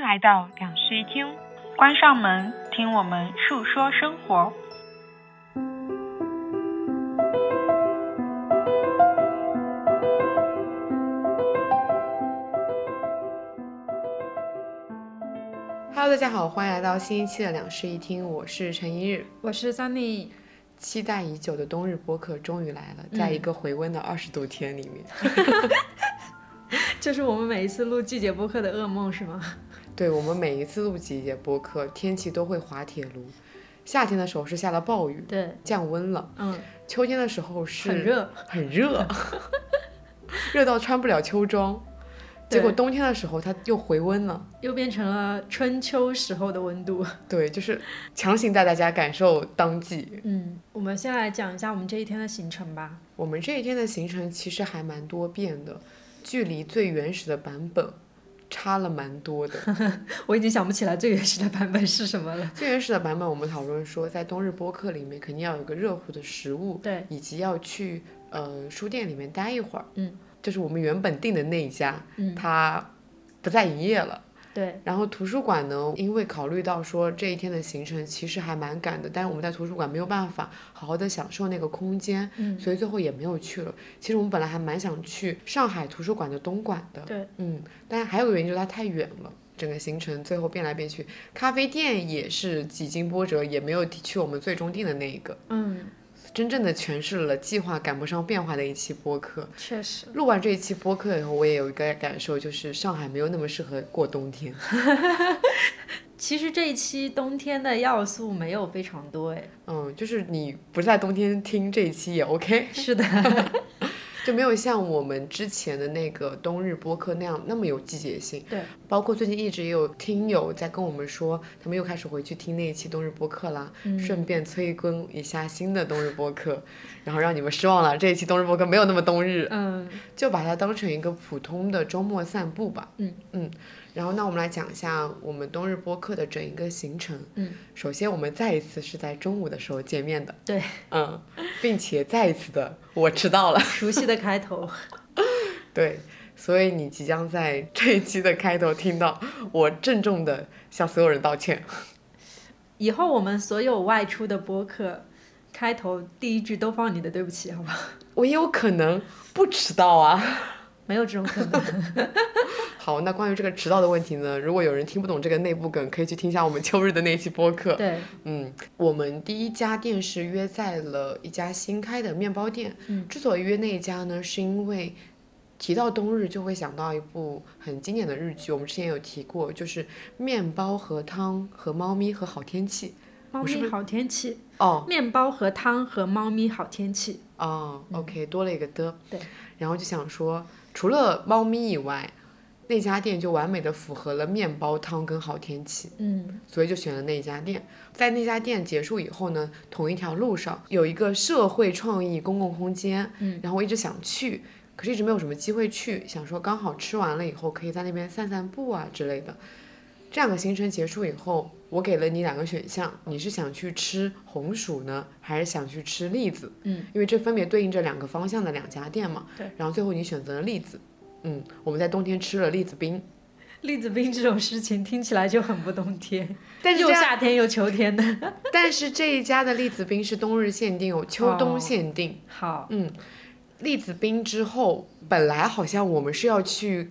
来到两室一厅，关上门，听我们述说生活。 Hello，大家好，欢迎来到新一期的两室一厅，我是陈一日。我是 Sunny，期待已久的冬日播客终于来了，嗯在一个回温的二十度天里面，这是我们每一次录季节播客的噩梦是吗？对我们每一次录季节播客，天气都会滑铁卢。夏天的时候是下了暴雨，对，降温了；嗯，秋天的时候是很，热，很热， 热到穿不了秋装。结果对冬天的时候它又回温了，又变成了春秋时候的温度。对，就是强行带大家感受当季。嗯，我们先来讲一下我们这一天的行程吧。 我们这一天的行程其实还蛮多变的，距离最原始的版本差了蛮 多的。我已经想不起来最原始的版本是什么了。最原始的版本，我们讨论说，在冬日播客里面肯定要有一个热乎的食物，对，以及要去呃书店里面待一会儿。嗯，就是我们原本订的那一家，嗯它不再营业了。对，然后图书馆呢，因为考虑到说这一天的行程其实还蛮赶的，但是我们在图书馆没有办法好好的享受那个空间，嗯，所以最后也没有去了。其实我们本来还蛮想去上海图书馆的东莞的，对，嗯，但还有个原因就是它太远了。整个行程最后变来变去，咖啡店也是几经波折，也没有去我们最终定的那一个。嗯，真正的诠释了计划赶不上变化的一期播客。确实，录完这一期播客以后，我也有一个感受，就是上海没有那么适合过冬天。其实这一期冬天的要素没有非常多， 哎，嗯，就是你不在冬天听这一期也 OK， 是的，就没有像我们之前的那个冬日播客那样那么有季节性。对，包括最近一直也有听友在跟我们说，他们又开始回去听那一期冬日播客啦，顺便催更一下新的冬日播客，然后让你们失望了，这一期冬日播客没有那么冬日，嗯，就把它当成一个普通的周末散步吧。嗯嗯，然后那我们来讲一下我们冬日播客的整一个行程。嗯，首先我们再一次是在中午的时候见面的。对，嗯，并且再一次的我迟到 了。熟悉的开头，对，所以你即将在这一期的开头听到我郑重的向所有人道歉。以后我们所有外出的播客开头第一句都放你的对不起，好不好？我也有可能不迟到啊。没有这种可 能。好，那关于这个迟到的问题呢，如果有人听不懂这个内部梗，可以去听一下我们秋日的那一期播客。对，嗯，我们第一家店是约在了一家新开的面包店。嗯，之所以约那一家呢，是因为提到冬日就会想到一部很经典的日剧，我们之前有提过，就是《面包和汤和猫咪和好天气猫我是不咪是好天气。》。哦面包和汤和猫咪好天气。哦，OK，多了一个的。嗯对，然后就想说，除了猫咪以外，那家店就完美的符合了面包汤跟好天气。嗯，所以就选了那一家店。在那家店结束以后呢，同一条路上有一个社会创意公共空间，嗯，然后我一直想去，可是一直没有什么机会去，想说刚好吃完了以后可以在那边散散步啊之类的。这两个行程结束以后，我给了你两个选项，你是想去吃红薯呢，还是想去吃栗子？嗯，因为这分别对应着两个方向的两家店嘛。对。然后最后你选择了栗子，嗯，我们在冬天吃了栗子冰，栗子冰这种事情听起来就很不冬天，但是这又样夏天又秋天 的。 但是这一家的栗子冰是冬日限定，有秋冬哦限定。好，栗子冰之后，本来好像我们是要去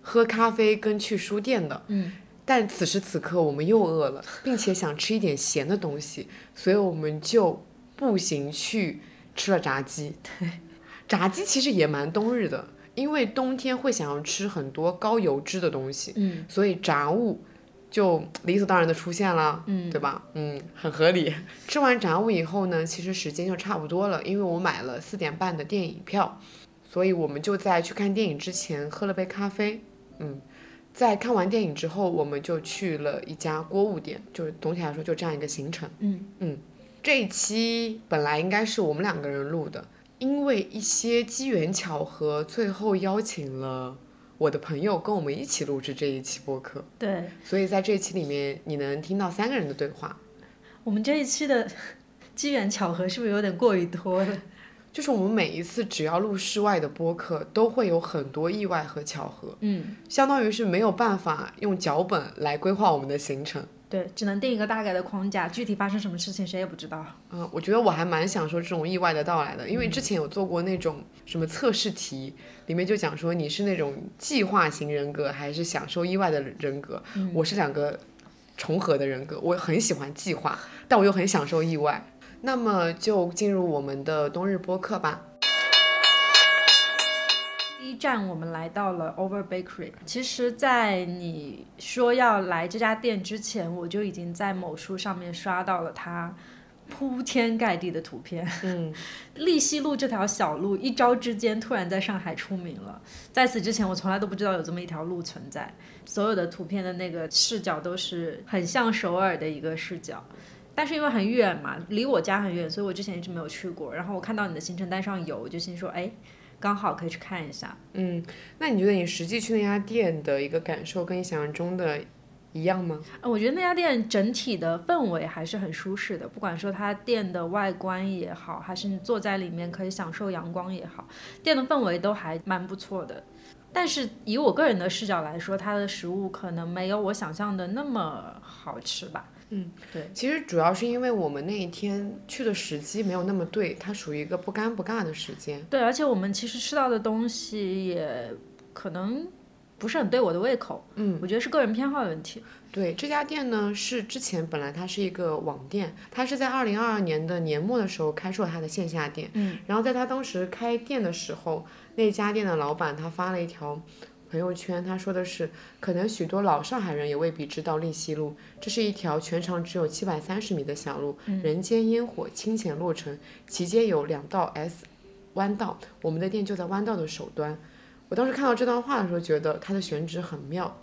喝咖啡跟去书店的，嗯，但此时此刻我们又饿了，并且想吃一点咸的东西，所以我们就步行去吃了 炸鸡。炸鸡其实也蛮冬日的，因为冬天会想要吃很多高油脂的东西，嗯所以炸物就理所当然的出现了。嗯，对吧？嗯，很合理。吃完炸物以后呢，其实时间就差不多了，因为我买了四点半的电影票，所以我们就在去看电影之前喝了杯咖啡。嗯，在看完电影之后，我们就去了一家锅物店，就是总体来说就这样一个行程。嗯这一期本来应该是我们两个人录的，因为一些机缘巧合，最后邀请了我的朋友跟我们一起录制这一期播客，对。所以在这一期里面，你能听到三个人的对话。 我们这一期的机缘巧合是不是有点过于多了？就是我们每一次只要录室外的播客，都会有很多意外和巧合，嗯，相当于是没有办法用脚本来规划我们的行程。对，只能定一个大概的框架，具体发生什么事情谁也不知道。嗯，我觉得我还蛮享受这种意外的到来的，因为之前有做过那种什么测试题，里面就讲说你是那种计划型人格还是享受意外的人格。我是两个重合的人格，我很喜欢计划，但我又很享受意外。那么就进入我们的冬日播客吧。第一站我们来到了 Over Bakery。其实，在你说要来这家店之前，我就已经在某书上面刷到了它铺天盖地的图片。嗯， 利西路这条小路一朝之间突然在上海出名了。在此之前，我从来都不知道有这么一条路存在。所有的图片的那个视角都是很像首尔的一个视角。但是因为很远嘛，离我家很远，所以我之前一直没有去过。然后我看到你的行程单上有，我就心说，哎，刚好可以去看一下。嗯，那你觉得你实际去那家店的一个感受跟你想象中的一样吗？呃我觉得那家店整体的氛围还是很舒适的，不管说它店的外观也好，还是你坐在里面可以享受阳光也好，店的氛围都还蛮不错的。但是以我个人的视角来说，它的食物可能没有我想象的那么好吃吧。其实主要是因为我们那一天去的时机没有那么对，它属于一个不尴不尬的时间。对，而且我们其实吃到的东西也可能不是很对我的胃口。嗯，我觉得是个人偏好的问题。对这家店呢，是之前本来它是一个网店，它是在二零二二年的年末的时候开设了它的线下店。嗯，然后在他当时开店的时候，那家店的老板他发了一条朋友圈，他说的是，可能许多老上海人也未必知道利西路，这是一条全长只有七百三十米的小路，人间烟火清浅落成，其间有两道 S 弯道，我们的店就在弯道的首端。我当时看到这段话的时候，觉得它的选址很妙。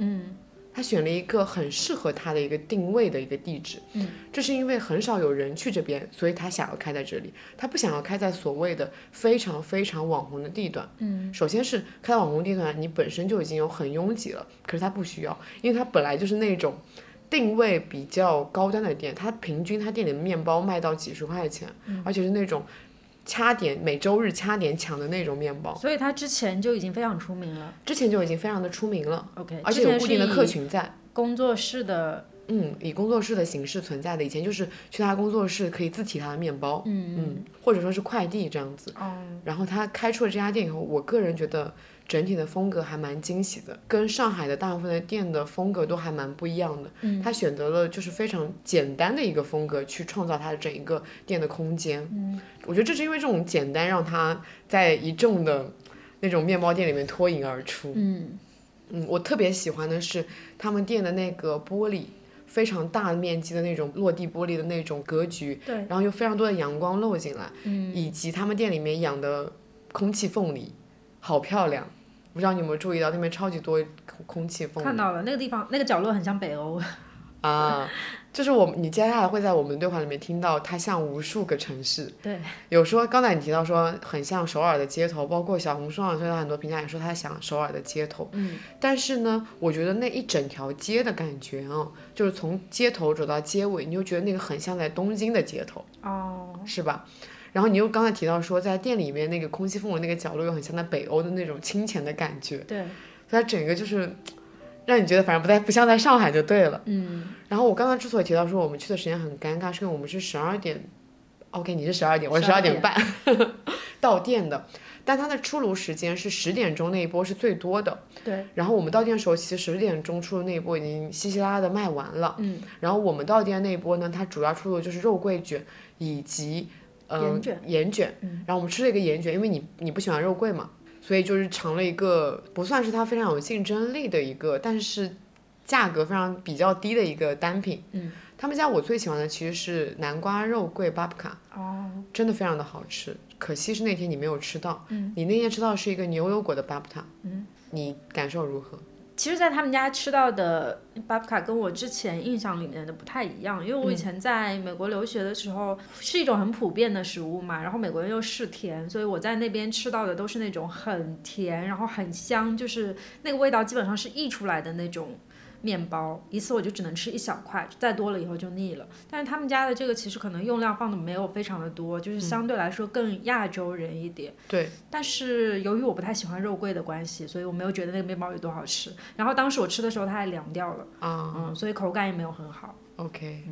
他选了一个很适合他的一个定位的一个地址，嗯，这是因为很少有人去这边，所以他想要开在这里，他不想要开在所谓的非常非常网红的地段，嗯，首先是开在网红地段，你本身就已经有很拥挤了，可是他不需要，因为他本来就是那种定位比较高端的店，他平均他店里的面包卖到几十块钱，而且是那种掐点每周日掐点抢的那种面包，所以它之前就已经非常出名了。之前就已经非常的出名了， OK，而且之有前固是定的以客群在。工作室的嗯，以工作室的形式存在的，以前就是去他工作室可以自提他的面包，嗯或者说是快递这样子。哦然后他开出了这家店以后，我个人觉得整体的风格还蛮惊喜的，跟上海的大部分的店的风格都还蛮不一样的。嗯，他选择了就是非常简单的一个风格去创造他的整一个店的空间。嗯，我觉得这是因为这种简单让他在一众的那种面包店里面脱颖而出。嗯嗯，我特别喜欢的是他们店的那个玻璃。非常大面积的那种落地玻璃的那种格局，对然后有非常多的阳光漏进来，以及他们店里面养的空气凤梨，好漂亮。不知道你有没有注意到那边超级多空空气凤梨看到了那个地方，那个角落很像北欧。啊，就是我们你接下来会在我们对话里面听到它像无数个城市，对，有说刚才你提到说很像首尔的街头，包括小红书上推到很多评价也说它像首尔的街头，嗯，但是呢，我觉得那一整条街的感觉啊，就是从街头走到街尾，你就觉得那个很像在东京的街头。哦，是吧？然后你又刚才提到说，在店里面那个空气凤梨那个角落又很像在北欧的那种清浅的感觉，对，所以它整个就是嘖让你觉得反正不在不像在上海就对了。嗯，然后我刚刚之所以提到说我们去的时间很尴尬，是因为我们是十二点，OK，你是十二点，我是十二12点半 到店的，但它的出炉时间是十点钟那一波是最多的。对，然后我们到店的时候，其实十点钟出的那一波已经稀稀拉拉的卖完了。嗯，然后我们到店那一波呢，它主要出的就是肉桂卷以及嗯、盐卷嗯盐卷。然后我们吃了一个盐卷，因为你你不喜欢肉桂嘛，所以就是尝了一个不算是它非常有竞争力的一个，但是价格非常比较低的一个单品。嗯，他们家我最喜欢的其实是南瓜肉桂巴布卡，哦，真的非常的好吃。可惜是那天你没有吃到，嗯，你那天吃到的是一个牛油果的巴布塔，嗯，你感受如何？其实，在他们家吃到的巴布卡跟我之前印象里面的不太一样，因为我以前在美国留学的时候、是一种很普遍的食物嘛，然后美国人又嗜甜，所以我在那边吃到的都是那种很甜，然后很香，就是那个味道基本上是溢出来的那种面包，一次我就只能吃一小块，再多了以后就腻了。但是他们家的这个其实可能用量放的没有非常的多，就是相对来说更亚洲人一点。对，但是由于我不太喜欢肉桂的关系，所以我没有觉得那个面包有多好吃。然后当时我吃的时候它还凉掉了，啊、嗯，所以口感也没有很好。 o k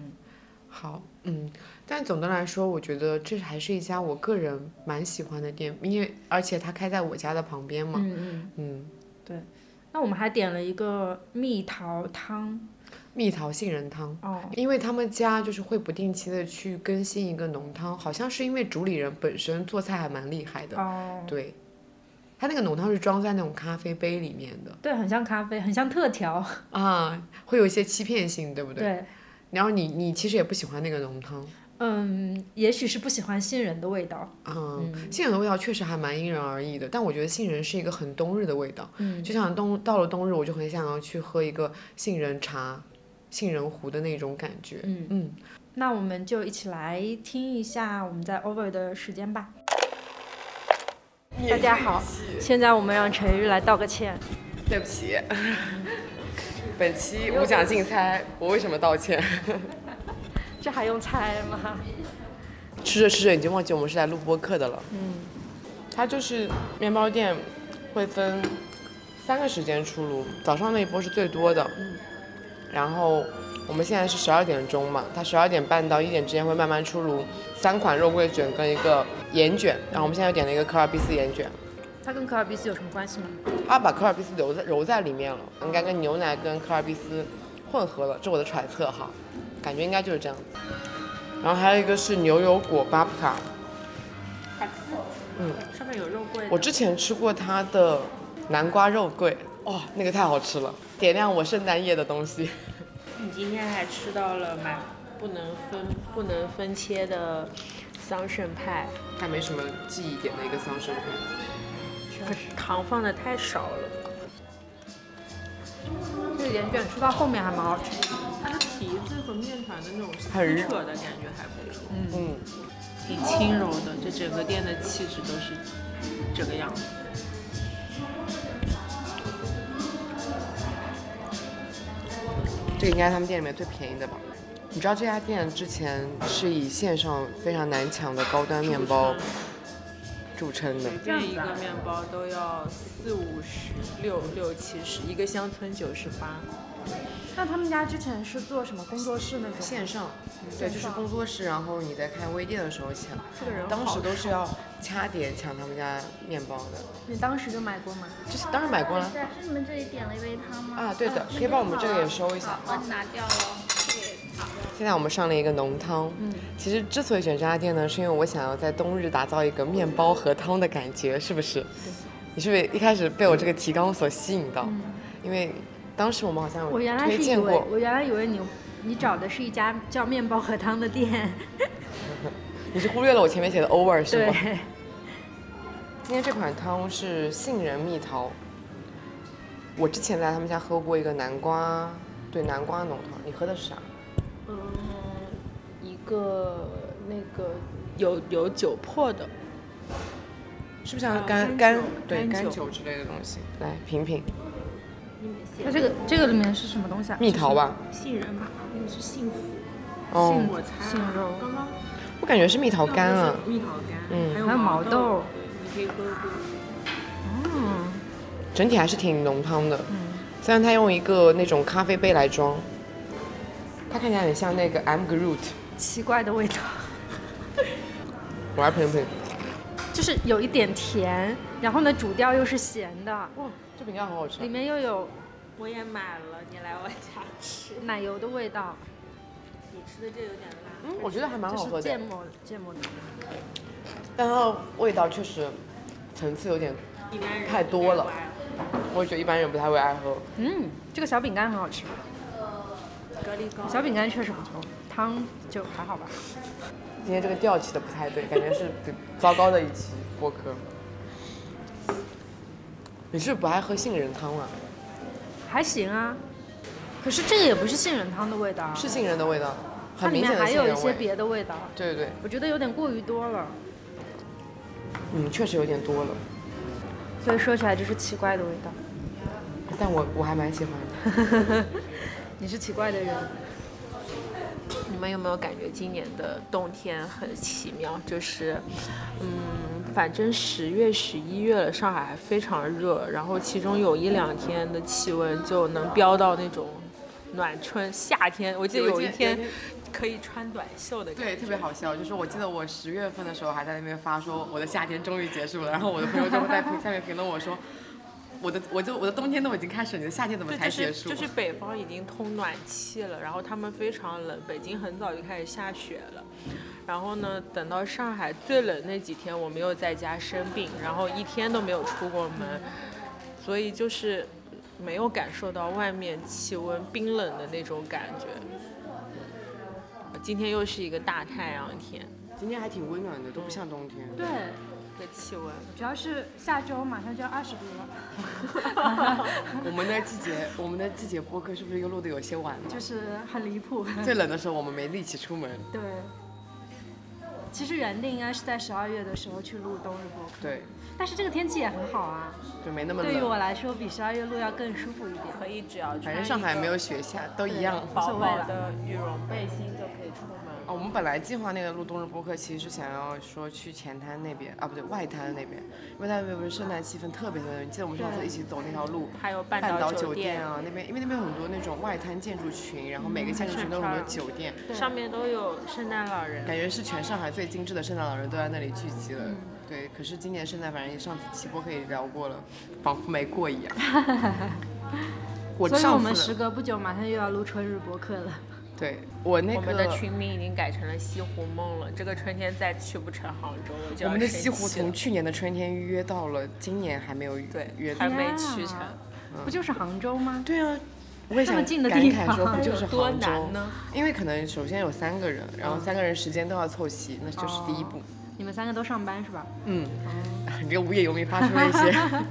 好，嗯，但总的来说，我觉得这还是一家我个人蛮喜欢的店，因为而且它开在我家的旁边嘛，嗯嗯。嗯，那我们还点了一个蜜桃汤蜜桃杏仁汤。哦，因为他们家就是会不定期的去更新一个浓汤，好像是因为主理人本身做菜还蛮厉害的，哦，对，他那个浓汤是装在那种咖啡杯里面 的对，很像咖啡，很像特调，啊，会有一些欺骗性，对不对？对，然后你你其实也不喜欢那个浓汤，嗯，也许是不喜欢杏仁的味道，啊，嗯杏仁的味道确实还蛮因人而异的，但我觉得杏仁是一个很冬日的味道，嗯，就像冬到了冬日，我就很想要去喝一个杏仁茶、杏仁糊的那种感觉，嗯嗯，那我们就一起来听一下我们在 Over 的时间吧。大家好，现在我们让陈玉来道个歉。对不起， 本期无奖竞猜，我为什么道歉？这还用猜吗？吃着吃着已经忘记我们是在录播客的了。嗯，它就是面包店会分三个时间出炉，早上那一波是最多的，然后我们现在是十二点钟嘛，它十二点半到一点之间会慢慢出炉三款肉桂卷跟一个盐卷，然后我们现在又点了一个科尔必斯盐卷，它跟可尔必斯有什么关系吗？它把科尔必斯揉在揉在里面了，应该跟牛奶跟科尔必斯混合了，这我的揣测哈，感觉应该就是这样子。然后还有一个是牛油果巴布卡，上面有肉桂我之前吃过它的南瓜肉桂，哇、那个太好吃了，点亮我圣诞夜的东西。你今天还吃到了蛮不能分不能分切的桑葚派，它没什么记忆点的一个桑葚片，可是糖放的太少了。这个盐卷吃到后面还蛮好吃。它的皮子和面团的那种撕很扯的感觉还不错，嗯，挺轻柔的。这整个店的气质都是这个样子。这个应该是他们店里面最便宜的吧？你知道这家店之前是以线上非常难抢的高端面包嗯著称的随，便一个面包都要四五十、六六七十，一个乡村九十八。那他们家之前是做什么工作室那种？线上，对，就是工作室，然后你在开微店的时候抢，这个人当时好都是要掐点抢他们家面包的，你当时就买过吗？就是当然买过了。是啊是你们这里点了一杯汤吗？啊对的嗯可以帮我们这个也收一下好，帮你拿掉了。现在我们上了一个浓汤，嗯，其实之所以选这家店呢，是因为我想要在冬日打造一个面包和汤的感觉，是不是？你是不是一开始被我这个提纲所吸引到？因为当时我们好像有嗯我原来推是以荐为过，我原来以为你你找的是一家叫面包和汤的店，你是忽略了我前面写的 over 是对吗？，今天这款汤是杏仁蜜桃，我之前来他们家喝过一个南瓜，对南瓜浓汤，你喝的是啥？嗯，一个那个有有酒粕的，是不是像啊干干干酒对干干酒酒之类的东西？来品品它这个这个里面是什么东西啊？蜜桃吧，杏仁吧，那个是幸福，哦，我猜杏肉啊刚刚我感觉是蜜桃干啊。蜜桃干，嗯还有还有毛豆豆，对你可以喝喝。嗯，整体还是挺浓汤的。虽然它用一个那种咖啡杯来装，它看起来很像那个 M Groot。奇怪的味道，我来品品，就是有一点甜，然后呢主调又是咸的，哇，这饼干好好吃里。面又有我也买了，你来我家吃。奶油的味道，你吃的这有点辣，嗯，我觉得还蛮就好喝是的芥，末芥末的。但它的味道确实层次有点，一般人太多了不爱喝我也觉得一般人不太会爱喝。嗯，这个小饼干很好吃，呃咖喱糕小饼干确实不错，汤就还好吧。今天这个调起的不太对，感觉是比糟糕的一期播客。你是不是不爱喝杏仁汤啊？还行啊，可是这个也不是杏仁汤的味道啊，是杏仁的味道，它很里明面显的还杏有一仁些味。别的味道，对对对，我觉得有点过于多了，嗯，确实有点多了。所以说起来就是奇怪的味道。 但我我还蛮喜欢的。你是奇怪的人，你们有没有感觉今年的冬天很奇妙？就是，嗯，反正十月、十一月了，上海还非常热，然后其中有一两天的气温就能飙到那种暖春夏天。我记得 有一天可以穿短袖的感对，觉，特别好笑。就是我记得我十月份的时候还在那边发说我的夏天终于结束了，然后我的朋友就会在 评下面评论我说，我的我就我的冬天都已经开始，你的夏天怎么对，才就结是束？就是北方已经通暖气了，然后他们非常冷，北京很早就开始下雪了。然后呢，等到上海最冷那几天，我没有在家生病，然后一天都没有出过门，所以就是没有感受到外面气温冰冷的那种感觉。今天又是一个大太阳天，今天还挺温暖的，都不像冬天。对，这个气温主要是下周马上就要二十度了， 我们的季节，我们的季节播客是不是又录的有些晚了？就是很离谱。嗯最冷的时候我们没力气出门。对，其实原定应该是在十二月的时候去录冬日播客，对，但是这个天气也很好啊，就没那么对于冷。我来说比十二月录要更舒服一点。可以只要穿反正上海没有雪下，都一样。对薄无所谓薄了的羽绒背心就可以出门了。哦，我们本来计划那个录冬日播客，其实是想要说去前滩那边啊，不对，外滩那边，因为那边不是圣诞气氛特别特别浓。你记得我们上次一起走那条路，还有半半岛岛酒酒店啊，那边因为那边有很多那种外滩建筑群，然后每个建筑群都有很多酒店，上面都有圣诞老人。感觉是全上海最精致的圣诞老人都在那里聚集了。对，可是今年圣诞反正上次期播可以聊过了，仿佛没过一样。我所以我上们次时的隔不久马上又要录春日播客了。对我那个我们的群名已经改成了西湖梦了，这个春天再去不成杭州了，就我要们的生西湖气从了去年的春天预约到了，今年还没有对约还到。没去成，不就是杭州吗？对啊，我也这想么近的感地慨方说，不就是有多杭州？难呢？嗯因为可能首先有三个人，然后三个人时间都要凑齐，那就是第一步。哦你们三个都上班是吧？嗯， 你这个无业游民发出了一 些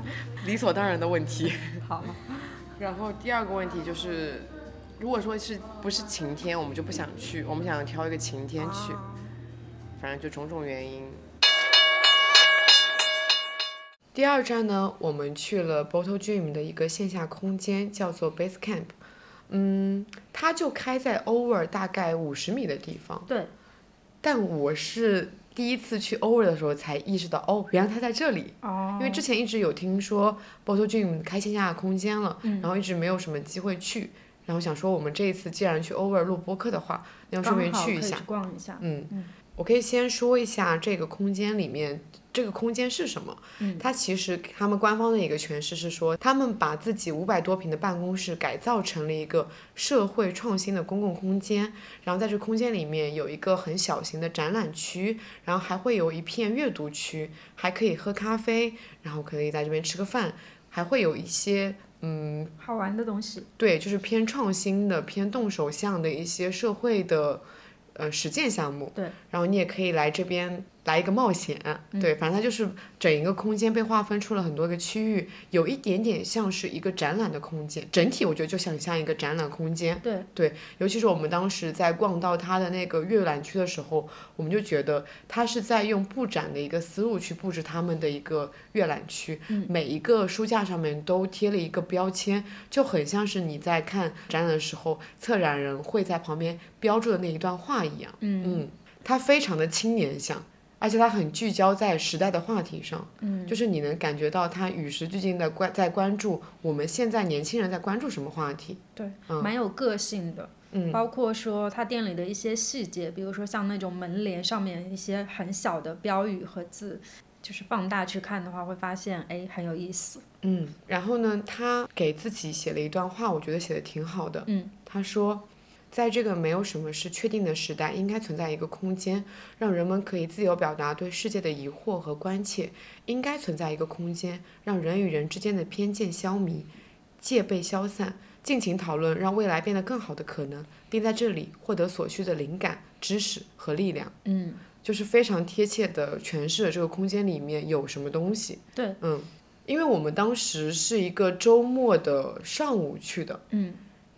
理所当然的问题。好，然后第二个问题就是，如果说是不是晴天，我们就不想去，我们想挑一个晴天啊去。反正就种种原因，第二站呢，我们去了 Bottle Dream 的一个线下空间，叫做 Base Camp。嗯，它就开在 Over 大概五十米的地方。对。但我是第一次去 Over 的时候才意识到，哦，原来它在这里。哦因为之前一直有听说 Bottle Dream 开线下空间了，嗯然后一直没有什么机会去。然后想说，我们这一次既然去 Over 录播客的话，那要顺便刚好去一可以下去。逛一下。嗯，我可以先说一下这个空间里面这个空间是什么。嗯，它其实他们官方的一个诠释是说，他们把自己五百多平的办公室改造成了一个社会创新的公共空间，然后在这空间里面有一个很小型的展览区，然后还会有一片阅读区，还可以喝咖啡，然后可以在这边吃个饭，还会有一些嗯好玩的东西，对，就是偏创新的、偏动手项的一些社会的呃实践项目。对，嗯然后你也可以来这边来一个冒险。对，反正它就是整一个空间被划分出了很多个区域，有一点点像是一个展览的空间。整体我觉得就想像一个展览空间。对对，尤其是我们当时在逛到它的那个阅览区的时候，我们就觉得它是在用布展的一个思路去布置他们的一个阅览区。嗯每一个书架上面都贴了一个标签，就很像是你在看展览的时候，策展人会在旁边标注的那一段话一样。嗯它非常的青年向，而且它很聚焦在时代的话题上。嗯，就是你能感觉到它与时俱进的关在关注我们现在年轻人在关注什么话题。对，蛮有个性的。嗯包括说他店里的一些细节，比如说像那种门帘上面一些很小的标语和字，就是放大去看的话，会发现哎很有意思。嗯，然后呢，他给自己写了一段话，我觉得写的挺好的。嗯，他说，在这个没有什么是确定的时代，应该存在一个空间，让人们可以自由表达对世界的疑惑和关切；应该存在一个空间，让人与人之间的偏见消弭，戒备消散，尽情讨论让未来变得更好的可能，并在这里获得所需的灵感、知识和力量。嗯，就是非常贴切的诠释了这个空间里面有什么东西。对，嗯，因为我们当时是一个周末的上午去的，嗯，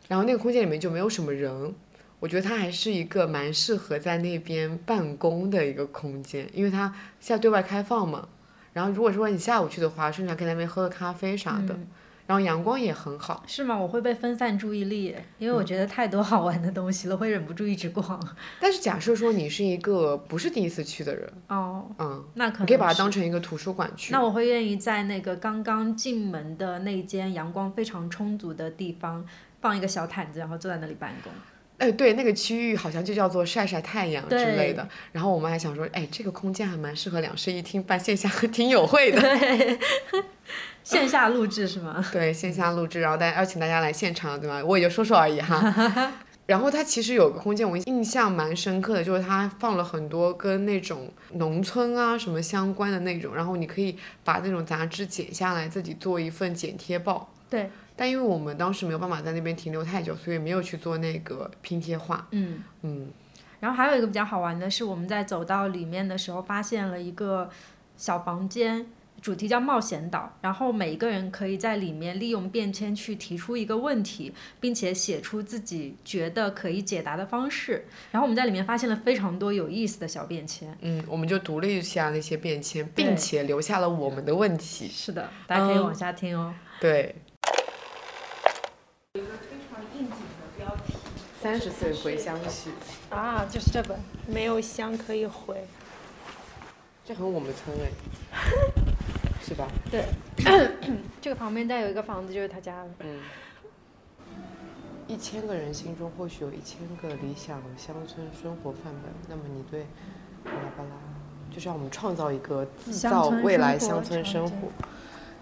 然后那个空间里面就没有什么人，我觉得它还是一个蛮适合在那边办公的一个空间，因为它嗯现在对外开放嘛。然后如果说你下午去的话，甚至还可以在那边喝个咖啡啥的。然后阳光也很好。是吗？我会被分散注意力，因为我觉得太多好玩的东西了，会忍不住一直逛。但是假设说你是一个不是第一次去的人，哦，嗯，那你可能可以把它是当成一个图书馆去。那我会愿意在那个刚刚进门的那间阳光非常充足的地方放一个小毯子，然后坐在那里办公。 哎，对，那个区域好像就叫做晒晒太阳之对类的。然后我们还想说，哎，这个空间还蛮适合两室一厅办线下听友会的， 线下录制是吗？对，线下录制，然后大家邀请大家来现场，对吧？我也就说说而已哈。然后它其实有个空间，我印象蛮深刻的，就是它放了很多跟那种农村啊什么相关的那种，然后你可以把那种杂志剪下来，自己做一份剪贴报。对，但因为我们当时没有办法在那边停留太久，所以没有去做那个拼贴画。嗯。嗯，然后还有一个比较好玩的是，我们在走到里面的时候，发现了一个小房间，主题叫冒险岛。然后每一个人可以在里面利用便签去提出一个问题，并且写出自己觉得可以解答的方式。然后我们在里面发现了非常多有意思的小便签。嗯，我们就读了一下那些便签，对并且留下了我们的问题。是的，大家可以嗯往下听哦。对，三十岁回乡去，啊，就是这本，没有香可以回。这很我们村哎，是吧？这个旁边再有一个房子就是他家了。嗯。一千个人心中或许有一千个理想乡村生活范本，那么你对巴拉巴拉，就是让我们创造一个自乡造村未生来活乡村场生活景，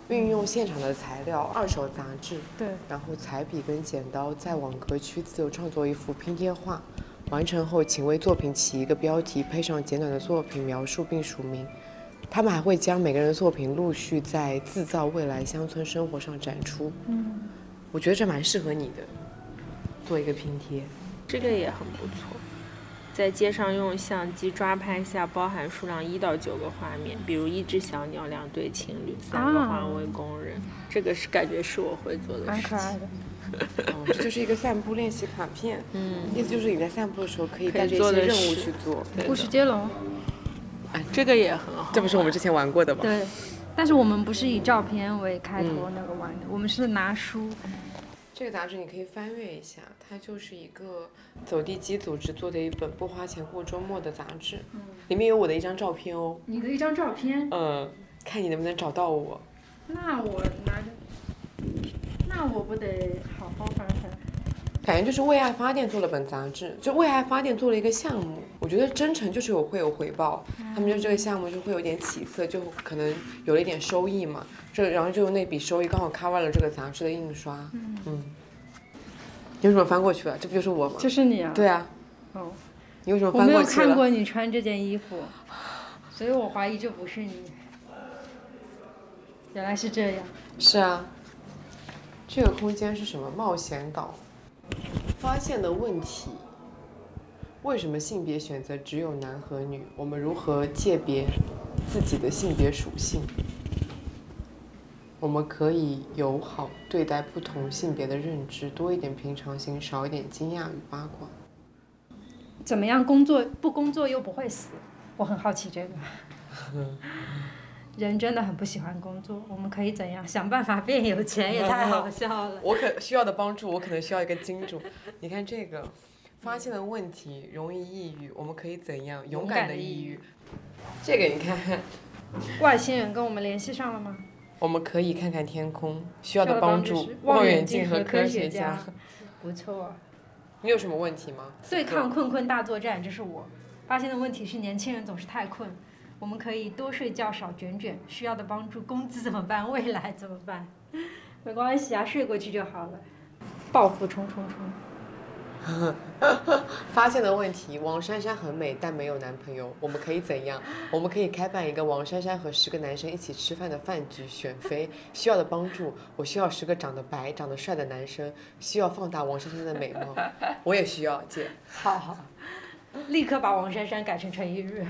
运用现场的材料、二手杂志，对，然后彩笔跟剪刀在网格区自由创作一幅拼贴画，完成后请为作品起一个标题，配上简短的作品描述并署名。他们还会将每个人的作品陆续在制造未来乡村生活上展出。嗯，我觉得这蛮适合你的，做一个拼贴。这个也很不错。在街上用相机抓拍下包含数量一到九个画面，比如一只小鸟、两对情侣、三个环卫工人，这个是感觉是我会做的啊蛮事可爱情。的。哦，这就是一个散步练习卡片。嗯，意思就是你在散步的时候可以可以带着一做些的任务事去做。对故的事接龙，这个也很好。这不是我们之前玩过的吗？对，但是我们不是以照片为开头那个玩的，我们是拿书，这个杂志你可以翻阅一下，它就是一个走地鸡组织做的一本不花钱过周末的杂志，里面有我的一张照片哦，你的一张照片，嗯，看你能不能找到我。那我拿着，那我不得好好翻翻？感觉就是为爱发电做了本杂志，就为爱发电做了一个项目。我觉得真诚就是有会有回报，他们就这个项目就会有点起色，就可能有了一点收益嘛。这然后就那笔收益刚好 cover 了这个杂志的印刷。嗯，你为什么翻过去了？这不就是我吗？就是你啊，对啊，哦，你为什么我翻没有过去了？看过你穿这件衣服，所以我怀疑这不是你。原来是这样，是啊，这个空间是什么？冒险岛。发现的问题：为什么性别选择只有男和女？我们如何界别自己的性别属性？我们可以友好对待不同性别的认知，多一点平常心，少一点惊讶与八卦。怎么样工作不工作又不会死？我很好奇这 个。人真的很不喜欢工作，我们可以怎样想办法变有钱？也太好笑 了。我可需要的帮助，我可能需要一个金主。你看这个，发现了问题，容易抑郁，我们可以怎样勇敢的抑郁？这个你看，外星人跟我们联系上了吗？我们可以看看天空，需要需要的的帮帮助助是，望望远远镜镜和和科科学学家家。不错、啊。你有什么问题吗？对抗困困大作战，这是我发现的问题是年轻人总是太困。我们可以多睡觉，少卷卷。需要的帮助，工资怎么办？未来怎么办？没关系啊，睡过去就好了。报复冲冲冲！发现的问题：王珊珊很美，但没有男朋友，我们可以怎样？我们可以开办一个王珊珊和十个男生一起吃饭的饭局，选妃需要的帮助。我需要十个长得白、长得帅的男生，需要放大王珊珊的美貌。我也需要，姐。好好，立刻把王珊珊改成陈一日。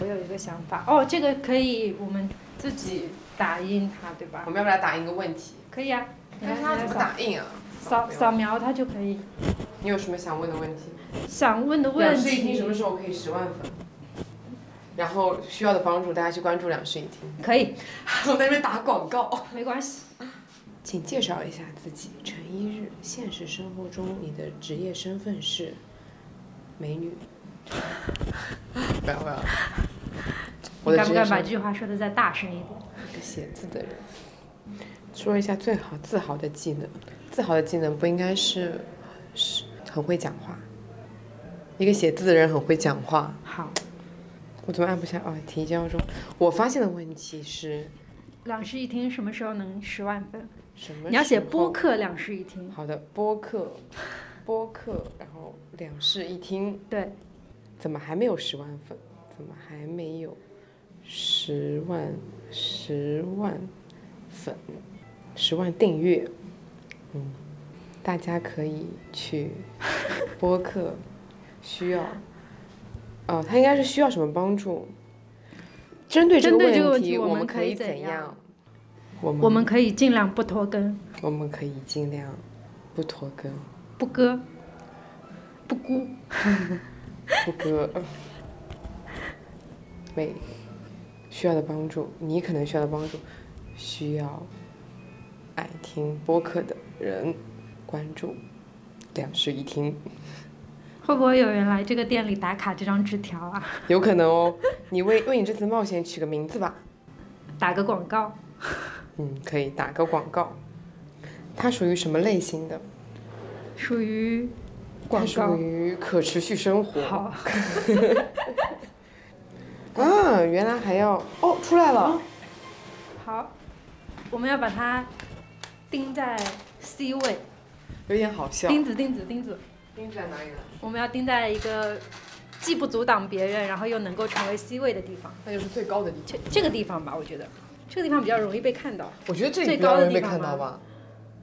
我有一个想法哦，这个可以我们自己打印它，对吧我？们要不要打印一个问题？可以啊，你但来是他你来怎么扫打印啊？扫扫描它就可以。你有什么想问的问题？想问的问两室一厅题什么时候可以十万粉？然后需要的帮助，大家去关注两室一厅。可以， 我在那边打广告，没关系。请介绍一下自己。陈一日，现实生活中你的职业身份是美 女。不要不要，我你的敢职不业敢把身这句话说的再大声一点？写字的人。说一下最好自豪的技能，自豪的技能不应该是是很会讲话。一个写字的人很会讲话，好，我怎么按不下？哦，提交中。我发现的问题是两室一厅什么时候能十万分？什么？你要写播。客两室一厅，好的，播客，播客，然后两室一厅。对，怎么还没有十万粉？怎么还没有十万十万粉？十万订阅？嗯，大家可以去播客，需要，哦，他应该是需要什么帮助？针对这个针对问这题，个问题我我们可可以以怎怎样？我们我们可以尽量不拖更，我们可以尽量不拖更，不割，不孤，不割。每需要的帮助，你可能需要的帮助，需要爱听播客的人关注两室一厅，会不会有人来这个店里打卡这张纸条啊？有可能哦。你为为你这次冒险取个名字吧。打个广告，嗯，可以打个广告。它属于什么类型的？属于它广属告。于可持续生活。好，啊，原来还要哦，出来嗯了。好，我们要把它钉在 C 位，有点好笑。钉子钉子钉子，钉在哪里呢？我们要钉在一个既不阻挡别人，然后又能够成为 C 位的地方。那就是最高的地方。这这个地方吧，我觉得这个地方比较容易被看到，我觉得这里最比较高的容易被地看方到吗吧，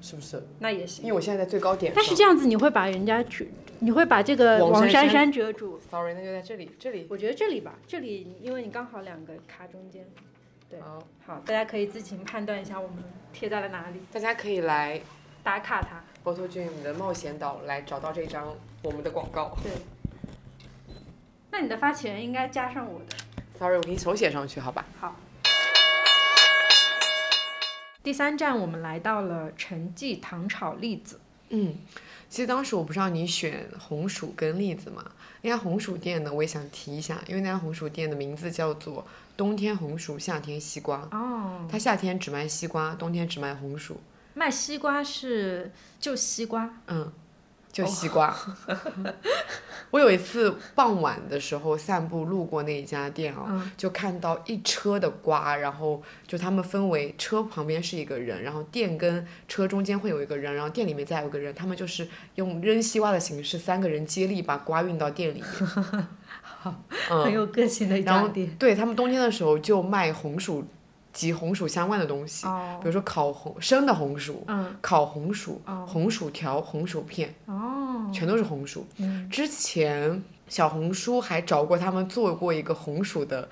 是不是？那也因行。为我现在在最高点上。嗯但是这样子你会把人家遮，你会把这个王王珊珊珊珊遮住。 Sorry，那就在这里，这里。我觉得这里吧，这里因为你刚好两个卡中间。对好，好，大家可以自行判断一下我们贴在了哪里，大家可以来打卡它。波托郡的冒险岛来找到这张我们的广告。对。那你的发起人应该加上我的。 Sorry，我给你手写上去，好吧？第三站，我们来到了陈记糖炒栗子。嗯，其实当时我不是让你选红薯跟栗子嘛，那家红薯店呢，我也想提一下，因为那家红薯店的名字叫做冬天红薯，夏天西瓜。哦，它夏天只卖西瓜，冬天只卖红薯，卖西瓜是就西瓜，嗯，哦就西瓜。 我有一次傍晚的时候散步路过那一家店啊、嗯就看到一车的瓜，然后就他们分为车旁边是一个人，然后店跟车中间会有一个人，然后店里面再有一个人，他们就是用扔西瓜的形式，三个人接力把瓜运到店里面。嗯很有个性的一然后家店。对他们冬天的时候就卖红薯及红薯相关的东西，哦比，如说烤红生的红薯、嗯，烤红薯、哦红薯条、红薯片，哦，全都是红薯。嗯之前小红书还找过他们做过一个红薯的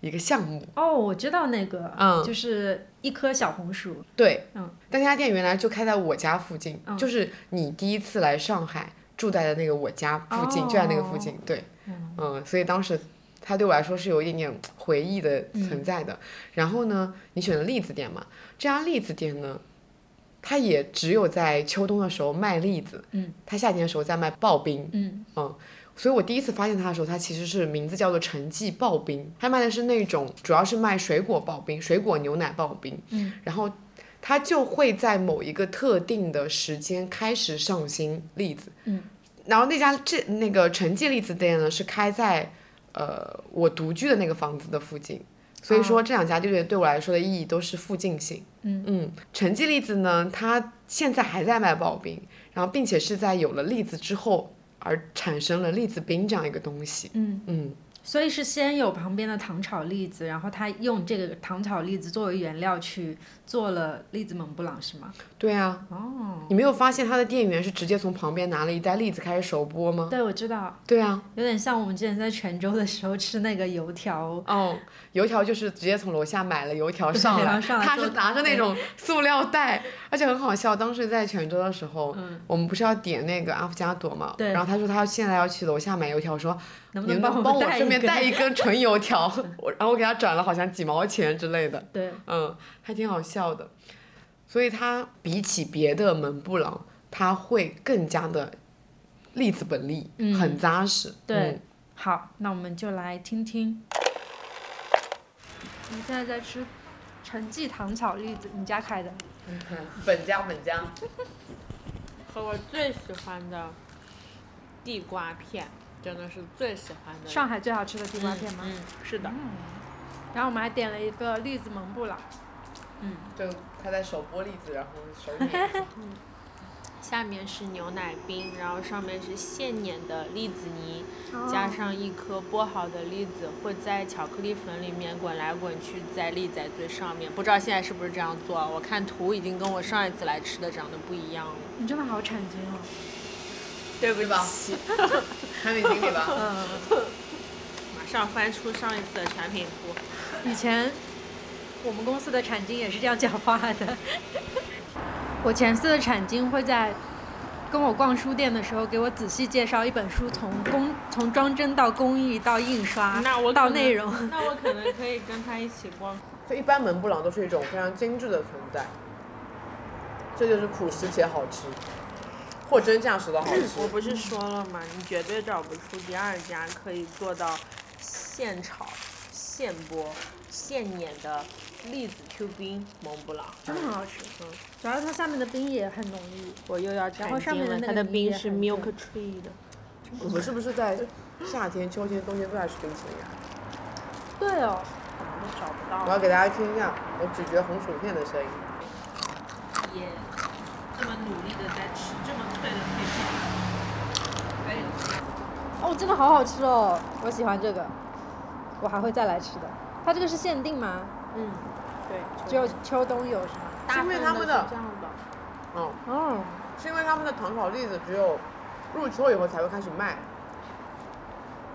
一个项目，哦，我知道那个，嗯就是一颗小红薯，对，嗯，但那家店原来就开在我家附近，嗯就是你第一次来上海住在的那个我家附近，哦就在那个附近，对，嗯嗯，所以当时它对我来说是有一点点回忆的存在的。然后呢，你选的栗子店嘛，这家栗子店呢，它也只有在秋冬的时候卖栗子，嗯，它夏天的时候在卖刨冰，嗯，所以我第一次发现它的时候，它其实是名字叫做陈记刨冰，它卖的是那种主要是卖水果刨冰、水果牛奶刨冰，嗯，然后它就会在某一个特定的时间开始上新栗子，嗯，然后那家这那个陈记栗子店呢是开在呃我独居的那个房子的附近，所以说这两家店对对我来说的意义都是附近性，哦嗯嗯，陈记栗子呢，它现在还在卖刨冰，然后并且是在有了栗子之后。而产生了栗子冰这样一个东西。嗯嗯，所以是先有旁边的糖炒栗子，然后他用这个糖炒栗子作为原料去做了栗子蒙布朗，是吗？对啊，哦，你没有发现他的店员是直接从旁边拿了一袋栗子开始手剥吗？对，我知道，对啊，有点像我们之前在泉州的时候吃那个油条，哦，油条就是直接从楼下买了油条上然来，后上来他做是拿着那种塑料袋，而且很好笑。当时在泉州的时候，嗯我们不是要点那个阿芙加朵嘛，对然后他说他现在要去楼下买油条，说能不你能能我帮我带顺一便带一根纯油 条，我然后我给他转了好像几毛钱之类的，对，嗯，还挺好笑的。所以他比起别的门布朗，他会更加的粒子本利，嗯很扎实。对嗯好，那我们就来听听。你现在在吃陈记糖炒栗子，你家开的？本家本家，和我最喜欢的地瓜片，真的是最喜欢的上海最好吃的地瓜片吗？嗯，是的，然后我们还点了一个栗子蒙布朗，就他在手剥栗子，然后手捻。下面是牛奶冰，然后上面是现碾的栗子泥，加上一颗剥好的栗子，会在巧克力粉里面滚来滚去，再立在最上面。不知道现在是不是这样做啊？我看图已经跟我上一次来吃的长得不一样了。你真的好产经哦。对不吧 起，产品经理吧，马上翻出上一次的产品图。以前我们公司的产经也是这样讲话 的。我前司的产经会在跟我逛书店的时候，给我仔细介绍一本书从工从装帧到工艺到印刷那我可到能内容。那我可能可以跟他一起逛。 就一般门布朗都是一种非常精致的存在，这就是朴实且好吃，货真价实的好 我吃。不是说了吗？你绝对找不出第二家可以做到现炒、现剥、现碾的栗子 Q 冰蒙布朗。真的很好吃，嗯主要是它下面的冰也很浓郁。我又要然后上面的那它个的泥冰也是很 milk tree 的。我们是不是在夏天、秋天、冬天都在吃冰淇淋啊？对哦，我找不我到要给大家听一下我咀嚼红薯片的声音。也这么努力的在吃这么脆的脆片。哎呦，哦，真的好好吃哦，我喜欢这个，我还会再来吃的。它这个是限定吗？嗯，对，只有秋冬有是吗？大因为份他们的是这样的，嗯，哦，是因为他们的糖炒栗子只有入秋以后才会开始卖，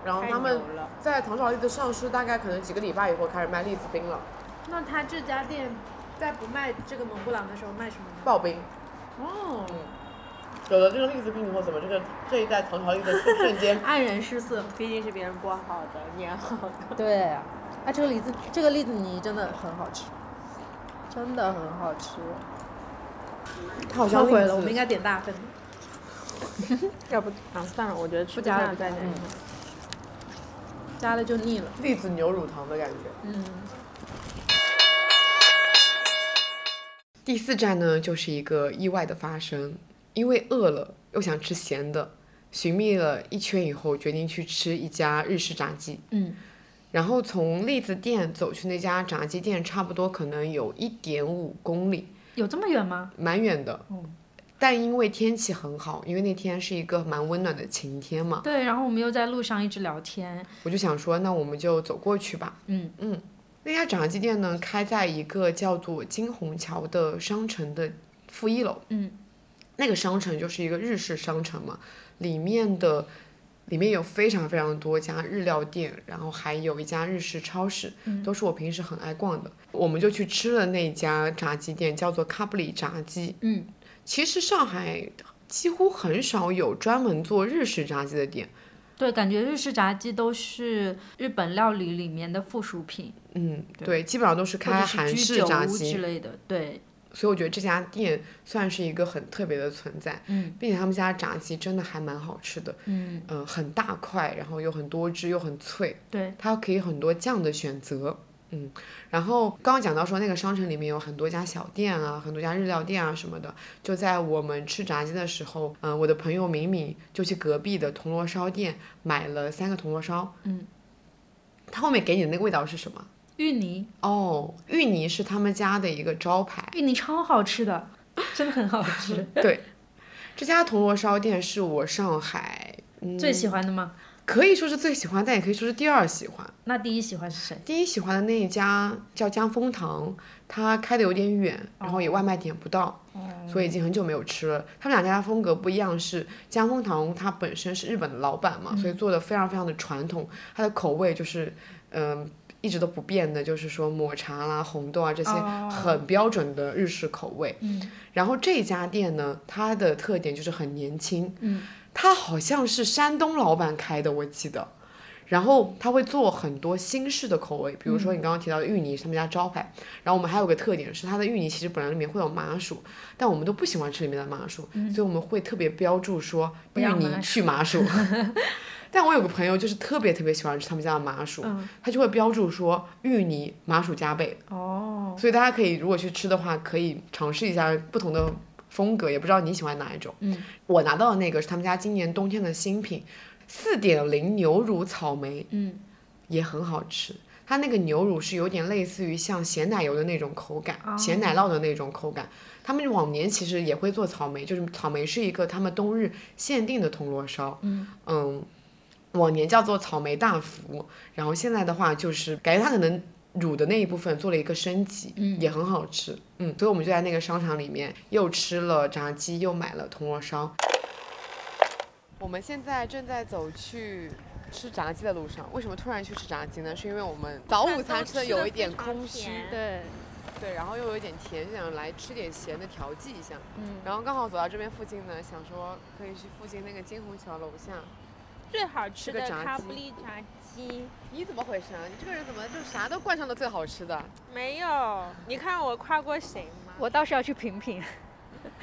然后太他们牛了在糖炒栗子上市大概可能几个礼拜以后开始卖栗子冰了，那它这家店在不卖这个蒙布朗的时候卖什么呢？刨冰。哦，嗯有了这个栗子冰以后，怎么这个这一代糖炒栗子瞬瞬间黯然失色。毕竟是别人剥好的、碾好的。对，啊，这个栗子，这个栗子泥真的很好吃，真的很好吃。它好后像栗悔子了，我们应该点大份。要不啊，算了，我觉得吃不加了再不加点了。加了就腻了。栗子牛乳糖的感觉。嗯，第四站呢，就是一个意外的发生，因为饿了又想吃咸的，寻觅了一圈以后，决定去吃一家日式炸鸡。嗯，然后从栗子店走去那家炸鸡店，差不多可能有一点五公里，有这么远吗？蛮远的。但因为天气很好，因为那天是一个蛮温暖的晴天嘛，对，然后我们又在路上一直聊天，我就想说，那我们就走过去吧。嗯嗯，那家炸鸡店呢，开在一个叫做金虹桥的商城的负一楼。嗯，那个商城就是一个日式商城嘛，里面的里面有非常非常多家日料店，然后还有一家日式超市，嗯都是我平时很爱逛的。我们就去吃了那家炸鸡店，叫做卡布里炸鸡。嗯，其实上海几乎很少有专门做日式炸鸡的店。对，感觉日式炸鸡都是日本料理里面的附属品，嗯，对对，基本上都是或开者韩是居式酒炸屋之鸡，类的。对，所以我觉得这家店算是一个很特别的存在，嗯并且他们家炸鸡真的还蛮好吃的，嗯，嗯、很大块，然后又很多汁，又很脆，对，它可以有很多酱的选择，嗯，然后刚刚讲到说那个商城里面有很多家小店啊，很多家日料店啊什么的，就在我们吃炸鸡的时候，嗯、我的朋友敏敏就去隔壁的铜锣烧店买了三个铜锣烧，嗯，它后面给你的那个味道是什么？芋泥，哦，芋泥是他们家的一个招牌。芋泥超好吃的，真的很好吃，这家铜锣烧店是我上海最喜欢的吗？可以说是最喜欢，但也可以说是第二喜欢。那第一喜欢是谁？第一喜欢的那一家叫江风堂，它开的有点远，然后也外卖点不到，所以已经很久没有吃了。他们两家风格不一样，是江风堂它本身是日本的老板嘛，所以做的非常非常的传统，它的口味就是嗯、一直都不变的，就是说抹茶啦、红豆啊这些很标准的日式口味。然后这家店呢，它的特嗯点就是很年轻，它好像是山东老板开的，我记得。然后他会做很多新式的口味，比如嗯说你刚刚提到的芋泥是他们家招牌。然后我们还有个特点是，它的芋泥其实本来里面会有麻薯，但我们都不喜欢吃里面的麻薯，所以我们会特别标注说芋嗯要泥麻去麻薯。 但我有个朋友就是特别特别喜欢吃他们家的麻薯，嗯他就会标注说芋泥麻薯加倍。哦，所以大家可以如果去吃的话，可以尝试一下不同的风格，也不知道你喜欢哪一种。嗯，我拿到的那个是他们家今年冬天的新品，四点零牛乳草莓，嗯，也很好吃。它那个牛乳是有点类似于像咸奶油的那种口感，哦咸奶酪的那种口感。他们往年其实也会做草莓，就是草莓是一个他们冬日限定的铜锣烧，嗯往年叫做草莓大福，然后现在的话就是感觉它可能乳的那一部分做了一个升级，嗯，也很好吃，嗯，所以我们就在那个商场里面又吃了炸鸡，又买了铜锣烧，我们现在正在走去吃炸鸡的路上。为什么突然去吃炸鸡呢？是因为我们早嗯哦午餐吃的有一点空虚，对，对，然后又有一点甜，想来吃点咸的调剂一下。嗯然后刚好走到这边附近呢，想说可以去附近那个金虹桥楼下。最好吃的吃个炸卡鸡布利炸鸡。你怎么回事啊？你这个人怎么就啥都冠上了最好吃的？没有，你看我夸过谁吗？我倒是要去品品。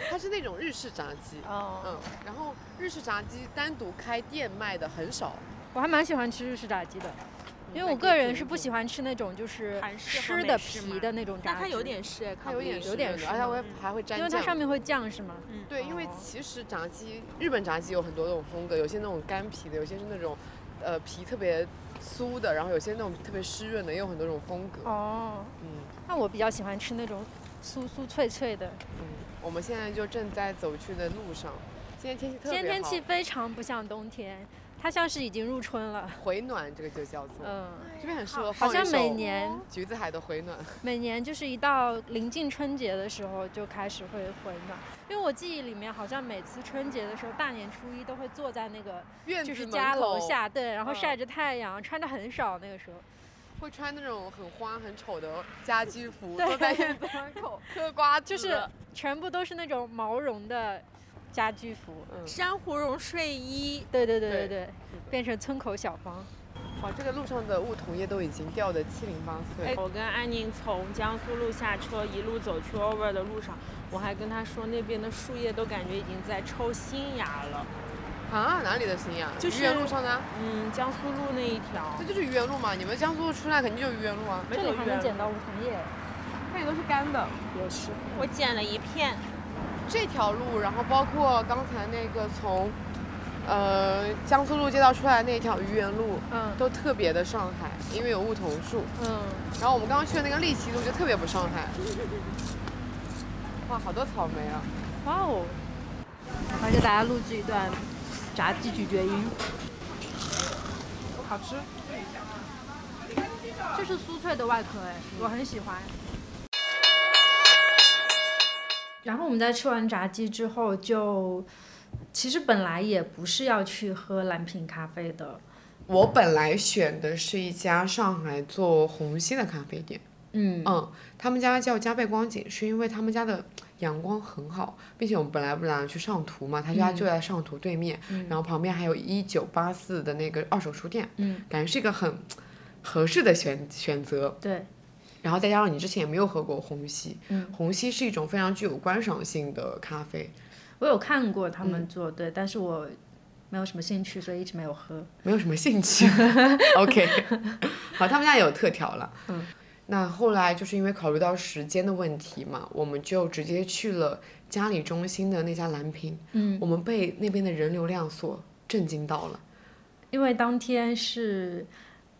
它是那种日式炸鸡，哦，嗯，然后日式炸鸡单独开店卖的很少，我还蛮喜欢吃日式炸鸡的，因为那可我以个人品是一不品喜欢吃那种就是韩式和吃美的式皮嘛的那种炸那鸡，它有点是它卡布有点利，湿有点润的湿而且还会还会沾因为它酱上。面会酱是吗？嗯，对，因为哦其实炸鸡，日本炸鸡有很多种风格，有些那种干皮的，有些是那种，呃，皮特别酥的，然后有些那种特别湿润的，也有很多种风格。哦，嗯那我比较喜欢吃那种酥酥脆脆的。嗯，我们现在就正在走去的路上，今天天气特今别天好，天气非常不像冬天，它像是已经入春了。回暖，这个就叫做，嗯，这边很适合好放一像每首年橘子海的回 暖。每年就是一到临近春节的时候就开始会回暖，因为我记忆里面好像每次春节的时候，大年初一都会坐在那个院子就是门家楼口下，对，然后嗯晒着太阳，穿的很少那个时候。会穿那种很花很丑的家居服，对坐在院子门 口嗑瓜子，就是全部都是那种毛绒的家居服。嗯珊瑚绒睡衣。对对对对对对，变成村口小芳。哇，这个路上的梧桐叶都已经掉的七零八碎哎，了。我跟安宁从江苏路下车，一路走去 over 的路上，我还跟他说那边的树叶都感觉已经在抽新芽了。啊，哪里的新呀？就是愚园路上的啊，嗯，江苏路那一条这，就是愚园路嘛。你们江苏出来肯定就是愚园路啊。没走远，到梧桐叶，这里都是干的。也是。我捡了一片。这条路，然后包括刚才那个从，呃，江苏路街道出来那条愚园路，嗯都特别的上海，因为有梧桐树。嗯，然后我们刚刚去的那个利奇路就特别不上海。哇，好多草莓啊！哇哦！我给大家录制一段炸鸡咀嚼音，好吃。这是酥脆的外壳哎，我很喜欢。然后我们在吃完炸鸡之后就，其实本来也不是要去喝蓝瓶咖啡的，我本来选的是一家上海做虹吸的咖啡店，嗯嗯，他们家叫加倍光景，是因为他们家的阳光很好，并且我们本来不打算去上图嘛，他家嗯就在上图对面，然后旁边还有一九八四的那个二手书店，嗯，感觉是一个很合适的选选择。对，然后再加上你之前也没有喝过虹吸，嗯虹吸是一种非常具有观赏性的咖啡，我有看过他嗯们做，对，但是我没有什么兴趣，所以一直没有喝。没有什么兴趣。OK，好，他们家也有特调了。嗯，那后来就是因为考虑到时间的问题嘛，我们就直接去了嘉里中心的那家蓝瓶。嗯，我们被那边的人流量所震惊到了。因为当天是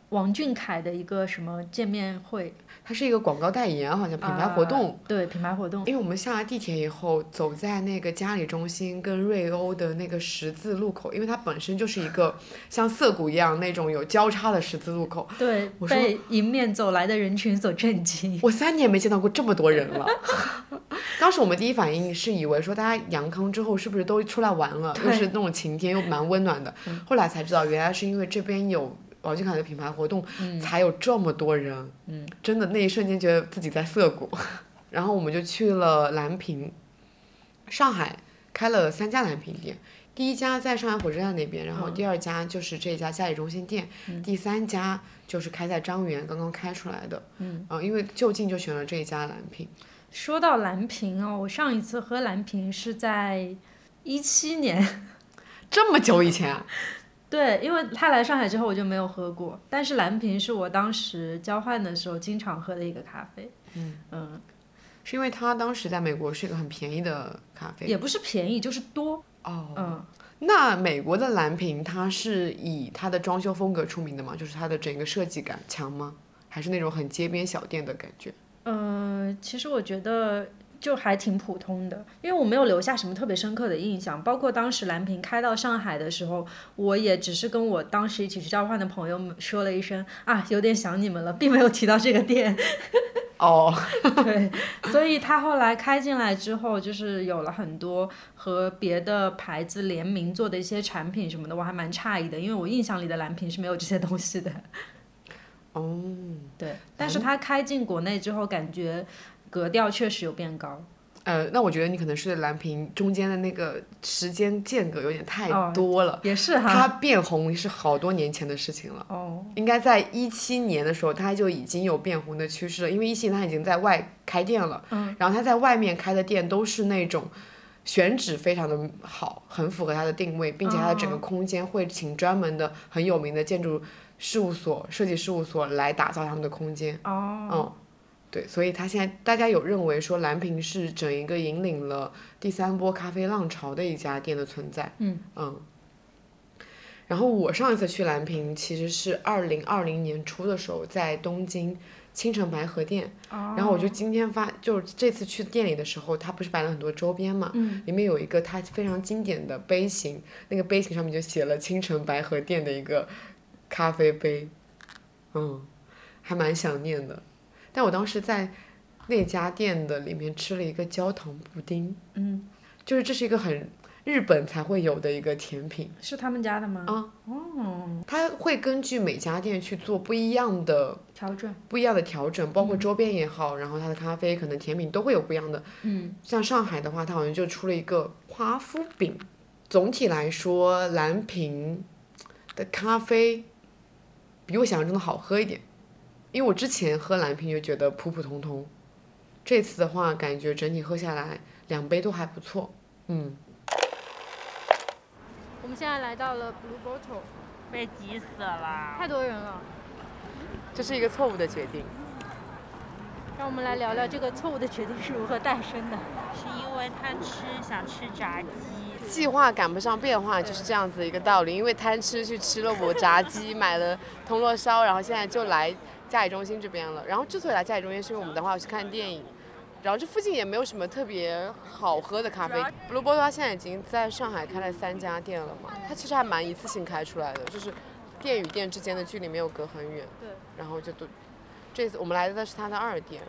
王俊凯的一个什么见面会它是一个广告代言，好像品牌活动。啊呃对品牌活动，因为我们下了地铁以后，走在那个嘉里中心跟瑞欧的那个十字路口，因为它本身就是一个像涩谷一样那种有交叉的十字路口，对我说被迎面走来的人群所震惊。我三年没见到过这么多人了。 当时我们第一反应是以为说大家阳康之后是不是都出来玩了，又是那种晴天又蛮温暖的。后来才知道，原来是因为这边有王俊凯的品牌活动，才有这么多人。嗯，真的那一瞬间觉得自己在涩谷。 然后我们就去了蓝屏，上海开了三家蓝屏店，第一家在上海火车站那边，然后第二家就是这家嘉里中心店，第三家就是开在张园刚刚开出来的。嗯，啊、因为就近就选了这一家蓝瓶。说到蓝瓶哦，我上一次喝蓝瓶是在一七年，这么久以前啊，对，因为他来上海之后我就没有喝过，但是蓝瓶是我当时交换的时候经常喝的一个咖啡，嗯是因为它当时在美国是一个很便宜的咖啡。也不是便宜，就是多，哦，嗯，那美国的蓝瓶它是以它的装修风格出名的吗？就是它的整个设计感强吗？还是那种很街边小店的感 觉？呃，其实我觉得就还挺普通的，因为我没有留下什么特别深刻的印象。包括当时蓝瓶开到上海的时候，我也只是跟我当时一起去交换的朋友们说了一声啊，有点想你们了，并没有提到这个店。哦，对，所以他后来开进来之后，就是有了很多和别的牌子联名做的一些产品什么的，我还蛮诧异的，因为我印象里的蓝瓶是没有这些东西的。哦，对，但是它开进国内之后，感觉格调确实有变高。呃，那我觉得你可能是对蓝瓶中间的那个时间间隔有点太哦多了。也是它哈。变红是好多年前的事情了，哦，应该在一七年的时候，它就已经有变红的趋势了。因为一七年它已经在外开店了，嗯，然后它在外面开的店都是那种选址非常的好，很符合它的定位，并且它的整个哦空间会请专门的很有名的建筑事务所、设计事务所来打造他们的空间。哦，嗯，对，所以它现在大家有认为说蓝瓶是整一个引领了第三波咖啡浪潮的一家店的存在。嗯然后我上一次去蓝瓶其实是二零二零年初的时候，在东京青城白河店。哦然后我就今天发，就是这次去店里的时候，它不是摆了很多周边嘛，嗯里面有一个它非常经典的杯型，那个杯型上面就写了青城白河店的一个咖啡杯，嗯，还蛮想念的。但我当时在那家店的里面吃了一个焦糖布丁，嗯，就是这是一个很日本才会有的一个甜品。是他们家的吗？啊它会根据每家店去做不一样的调整。不一样的调整，包括嗯周边也好，然后它的咖啡可能甜品都会有不一样的。嗯，像上海的话，它好像就出了一个华夫饼。总体来说，蓝瓶的咖啡比我想象中的好喝一点，因为我之前喝蓝瓶就觉得普普通通，这次的话感觉整体喝下来两杯都还不错。嗯，我们现在来到了 Blue Bottle，被挤死了。太多人了，这是一个错误的决定。让我们来聊聊这个错误的决定是如何诞生的。是因为贪吃，想吃炸鸡。计划赶不上变化，就是这样子一个道理。因为贪吃去吃了我炸鸡，买了铜锣烧，然后现在就来嘉里中心这边了。然后之所以来嘉里中心，是因为我们等会儿要去看电影。然后这附近也没有什么特别好喝的咖啡。Blue Bottle 它现在已经在上海开了三家店了嘛，它其实还蛮一次性开出来的，就是店与店之间的距离没有隔很远。对。然后就都，这次我们来的是它的二店，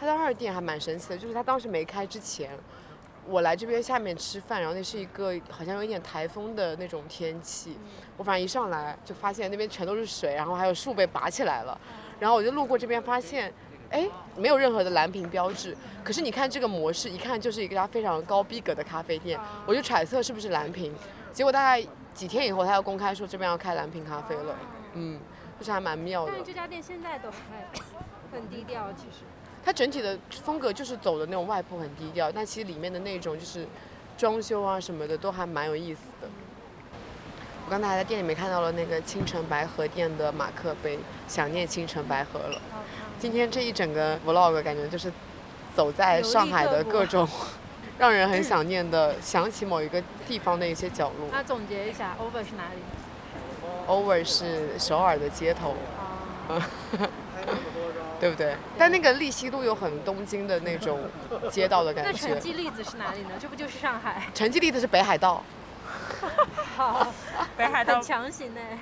它的二店还蛮神奇的，就是它当时没开之前，我来这边下面吃饭，然后那是一个好像有一点台风的那种天气，嗯我反正一上来就发现那边全都是水，然后还有树被拔起来了，嗯然后我就路过这边发现，哎，没有任何的蓝瓶标志，嗯可是你看这个模式，一看就是一家非常高逼格的咖啡店，嗯我就揣测是不是蓝瓶，结果大概几天以后，他要公开说这边要开蓝瓶咖啡了，嗯，就是还蛮妙的但。是这家店现在都还很低调，其实。它整体的风格就是走的那种外部很低调，但其实里面的那种就是装修啊什么的都还蛮有意思的。我刚才还在店里面看到了那个青城白河店的马克杯，想念青城白河了。今天这一整个 vlog 感觉就是走在上海的各种让人很想念的、想起某一个地方的一些角啊落。那总结一下，Over 是哪里？ Over 是首尔的街头，啊， 对不对？但那个利西路又很东京的那种街道的那感成觉。绩例子是哪里呢？这不就是上海？成绩例子是北海道。 好， 北海道很强行呢。哎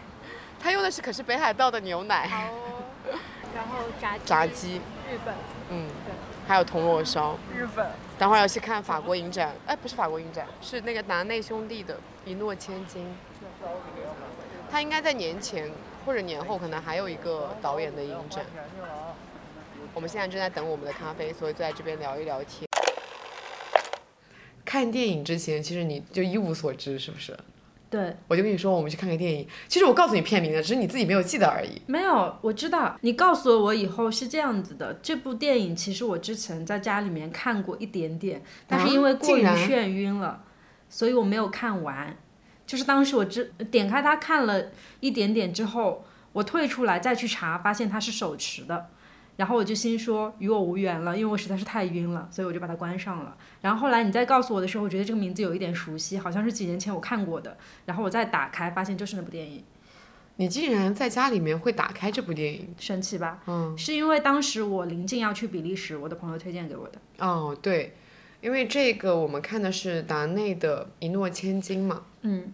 他用的是可是北海道的牛奶、好哦， 然后炸鸡炸，鸡，日本，嗯，还有铜锣烧。日本等会儿要去看法国影展，哎，不是法国影展，是那个达内兄弟的《一诺千金》。他应该在年前或者年后，可能还有一个导演的影展。我们现在正在等我们的咖啡，所以就在这边聊一聊天。看电影之前，其实你就一无所知，是不是？对，我就跟你说，我们去看个电影。其实我告诉你片名了，只是你自己没有记得而已。没有，我知道你告诉了我以后是这样子的。这部电影其实我之前在家里面看过一点点，但是因为过于啊竟然眩晕了，所以我没有看完。就是当时我只点开它看了一点点之后，我退出来再去查，发现它是手持的。然后我就心说与我无缘了，因为我实在是太晕了，所以我就把它关上了。然后后来你再告诉我的时候，我觉得这个名字有一点熟悉，好像是几年前我看过的。然后我再打开，发现就是那部电影，你竟然在家里面会打开这部电影？神奇吧？嗯，是因为当时我临近要去比利时，我的朋友推荐给我的。哦，对，因为这个我们看的是达内的《一诺千金》嘛。嗯，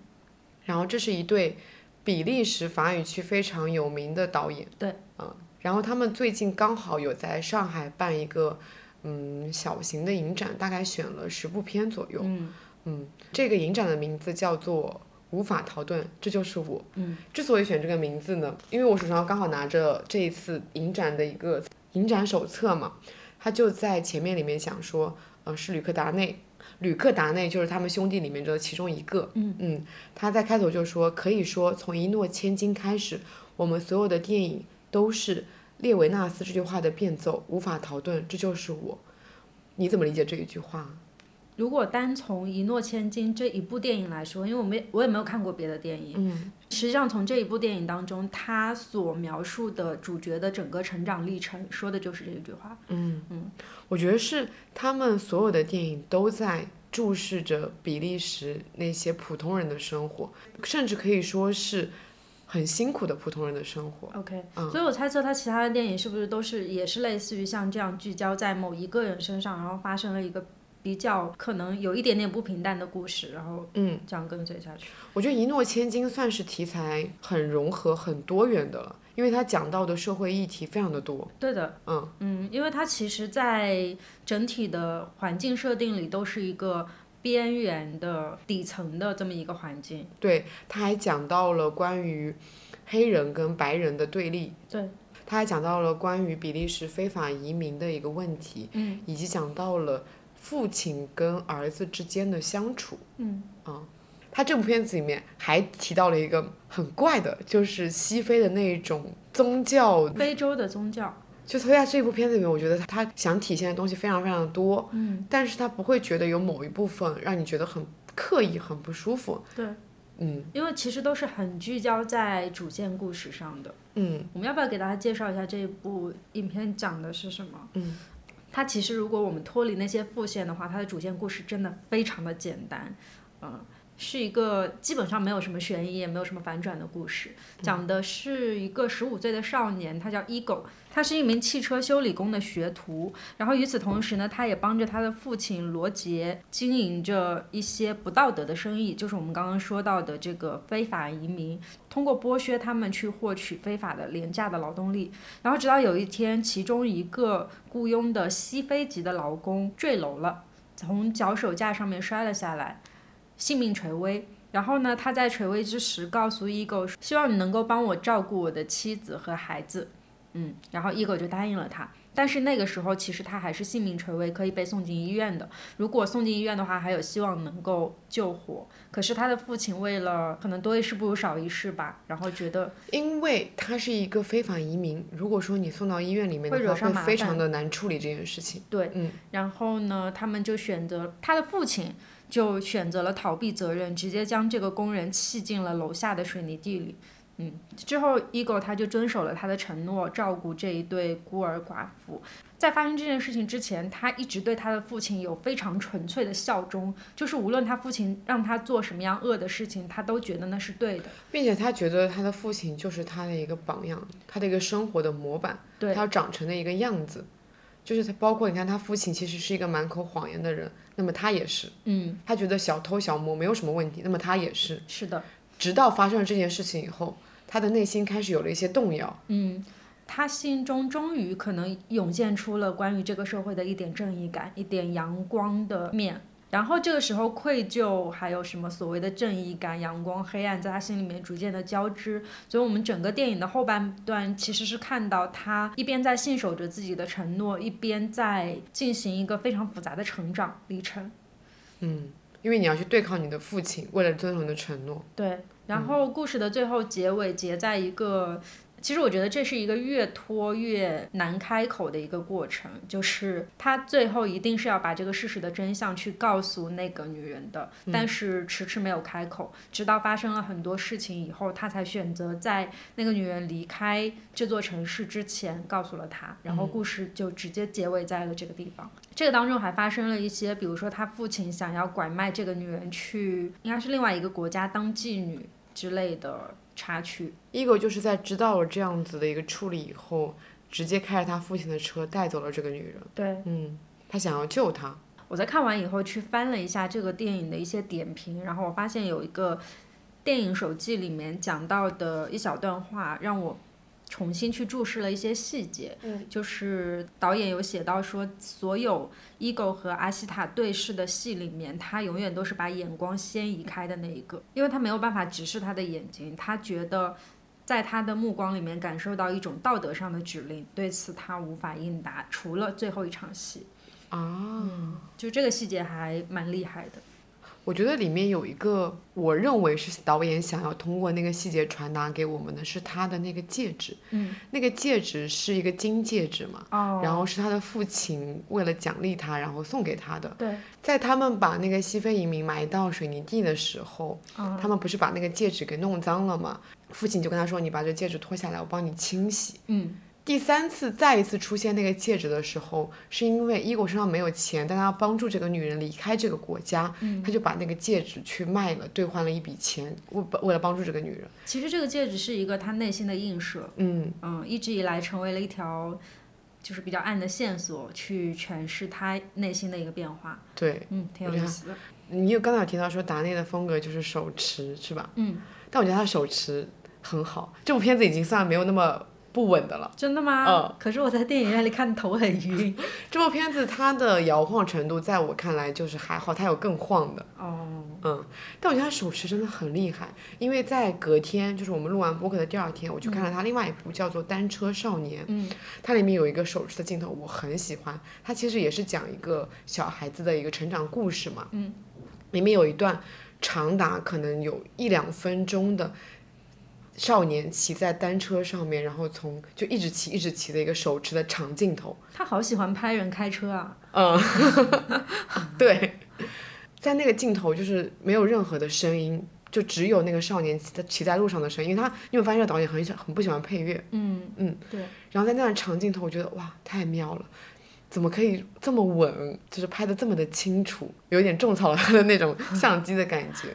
然后这是一对比利时法语区非常有名的导演。对，嗯，然后他们最近刚好有在上海办一个嗯小型的影展，大概选了十部片左右。嗯嗯，这个影展的名字叫做。无法逃遁，这就是我。嗯，之所以选这个名字呢，因为我手上刚好拿着这一次影展的一个影展手册嘛，他就在前面里面讲说，呃，是吕克达内，吕克达内就是他们兄弟里面的其中一个。嗯他在开头就说，可以说从一诺千金开始，我们所有的电影都是列维纳斯这句话的变奏，无法逃遁，这就是我。你怎么理解这一句话？啊如果单从《一诺千金》这一部电影来说，因为我没我也没有看过别的电影，嗯，实际上从这一部电影当中，他所描述的主角的整个成长历程，说的就是这一句话。嗯嗯，我觉得是他们所有的电影都在注视着比利时那些普通人的生活，甚至可以说是很辛苦的普通人的生活。 OK，、嗯所以我猜测他其他的电影是不是都是也是类似于像这样聚焦在某一个人身上，然后发生了一个比较可能有一点点不平淡的故事，然后嗯，这样跟随下去。我觉得《一诺千金》算是题材很融合、很多元的了，因为它讲到的社会议题非常的多。对的，嗯嗯，因为它其实，在整体的环境设定里都是一个边缘的底层的这么一个环境。对，他还讲到了关于黑人跟白人的对立，对，他还讲到了关于比利时非法移民的一个问题，嗯以及讲到了父亲跟儿子之间的相处。嗯，他这部片子里面还提到了一个很怪的，就是西非的那种宗教，非洲的宗教，就所以在这部片子里面，我觉得他想体现的东西非常非常的多。嗯，但是它不会觉得有某一部分让你觉得很刻意、很不舒服。对，嗯因为其实都是很聚焦在主线故事上的。嗯我们要不要给大家介绍一下这一部影片讲的是什么？嗯，它其实如果我们脱离那些副线的话，它的主线故事真的非常的简单，嗯，是一个基本上没有什么悬疑，也没有什么反转的故事，嗯讲的是一个十五岁的少年，他叫 Ego，他是一名汽车修理工的学徒，然后与此同时呢，他也帮着他的父亲罗杰经营着一些不道德的生意，就是我们刚刚说到的这个非法移民。通过剥削他们去获取非法的廉价的劳动力。然后直到有一天，其中一个雇佣的西非籍的劳工坠楼了，从脚手架上面摔了下来，性命垂危。然后呢，他在垂危之时告诉 Ego，希望你能够帮我照顾我的妻子和孩子。嗯，然后 Ego 就答应了他。但是那个时候，其实他还是性命垂危，可以被送进医院的。如果送进医院的话，还有希望能够救活。可是他的父亲为了可能多一事不如少一事吧，然后觉得因为他是一个非法移民，如果说你送到医院里面会的惹话，上会麻非常烦的难处理这件事情。对，嗯然后呢，他们就选择他的父亲就选择了逃避责任，直接将这个工人弃进了楼下的水泥地里。嗯，之后 Ego 他就遵守了他的承诺，照顾这一对孤儿寡妇。在发生这件事情之前，他一直对他的父亲有非常纯粹的效忠，就是无论他父亲让他做什么样恶的事情，他都觉得那是对的。并且他觉得他的父亲就是他的一个榜样，他的一个生活的模板，对他要长成的一个样子。就是他，包括你看，他父亲其实是一个满口谎言的人，那么他也是，嗯，他觉得小偷小摸没有什么问题，那么他也是。是的。直到发生了这件事情以后，他的内心开始有了一些动摇。嗯，他心中终于可能涌现出了关于这个社会的一点正义感，一点阳光的面。然后这个时候，愧疚还有什么所谓的正义感、阳光、黑暗，在他心里面逐渐的交织。所以，我们整个电影的后半段其实是看到他一边在信守着自己的承诺，一边在进行一个非常复杂的成长历程。嗯，因为你要去对抗你的父亲，为了遵守你的承诺。对，然后故事的最后结尾结在一个，其实我觉得这是一个越拖越难开口的一个过程，就是他最后一定是要把这个事实的真相去告诉那个女人的，但是迟迟没有开口，直到发生了很多事情以后，他才选择在那个女人离开这座城市之前告诉了她，然后故事就直接结尾在了这个地方。这个当中还发生了一些，比如说他父亲想要拐卖这个女人去，应该是另外一个国家当妓女之类的插曲。 Ego 就是在知道了这样子的一个处理以后，直接开着他父亲的车带走了这个女人。对，嗯，他想要救她。我在看完以后去翻了一下这个电影的一些点评，然后我发现有一个电影手记里面讲到的一小段话，让我重新去注视了一些细节。嗯，就是导演有写到说，所有 ego 和阿西塔对视的戏里面，他永远都是把眼光先移开的那一个，因为他没有办法直视他的眼睛，他觉得。在他的目光里面感受到一种道德上的指令，对此他无法应答，除了最后一场戏。啊，就这个细节还蛮厉害的。我觉得里面有一个，我认为是导演想要通过那个细节传达给我们的是他的那个戒指，嗯，那个戒指是一个金戒指嘛，哦然后是他的父亲为了奖励他，然后送给他的。对，在他们把那个西非移民埋到水泥地的时候，嗯他们不是把那个戒指给弄脏了吗？父亲就跟他说：“你把这戒指脱下来，我帮你清洗。嗯”第三次再一次出现那个戒指的时候，是因为伊果身上没有钱，但他要帮助这个女人离开这个国家，嗯他就把那个戒指去卖了，兑换了一笔钱，为为了帮助这个女人。其实这个戒指是一个他内心的映射，嗯，嗯，一直以来成为了一条就是比较暗的线索，去诠释他内心的一个变化。对。嗯，挺有意思的。你有刚才有提到说达内的风格就是手持是吧？嗯，但我觉得他手持很好，这部片子已经算没有那么不稳的了。真的吗？嗯可是我在电影院里看头很晕。这部片子它的摇晃程度，在我看来就是还好，它有更晃的。哦，嗯，但我觉得他手持真的很厉害，因为在隔天，就是我们录完播客的第二天，我去看了他另外一部叫做《单车少年》，嗯，它里面有一个手持的镜头，我很喜欢。它其实也是讲一个小孩子的一个成长故事嘛，嗯，里面有一段长达可能有一两分钟的。少年骑在单车上面，然后从就一直骑一直骑的一个手持的长镜头，他好喜欢拍人开车啊。嗯， 对，在那个镜头就是没有任何的声音，就只有那个少年骑在骑在路上的声音。因为他，你有没有发现这个导演很喜很不喜欢配乐，嗯嗯，对，然后在那样的长镜头，我觉得哇，太妙了。怎么可以这么稳？就是拍的这么的清楚，有一点种草了他的那种相机的感觉。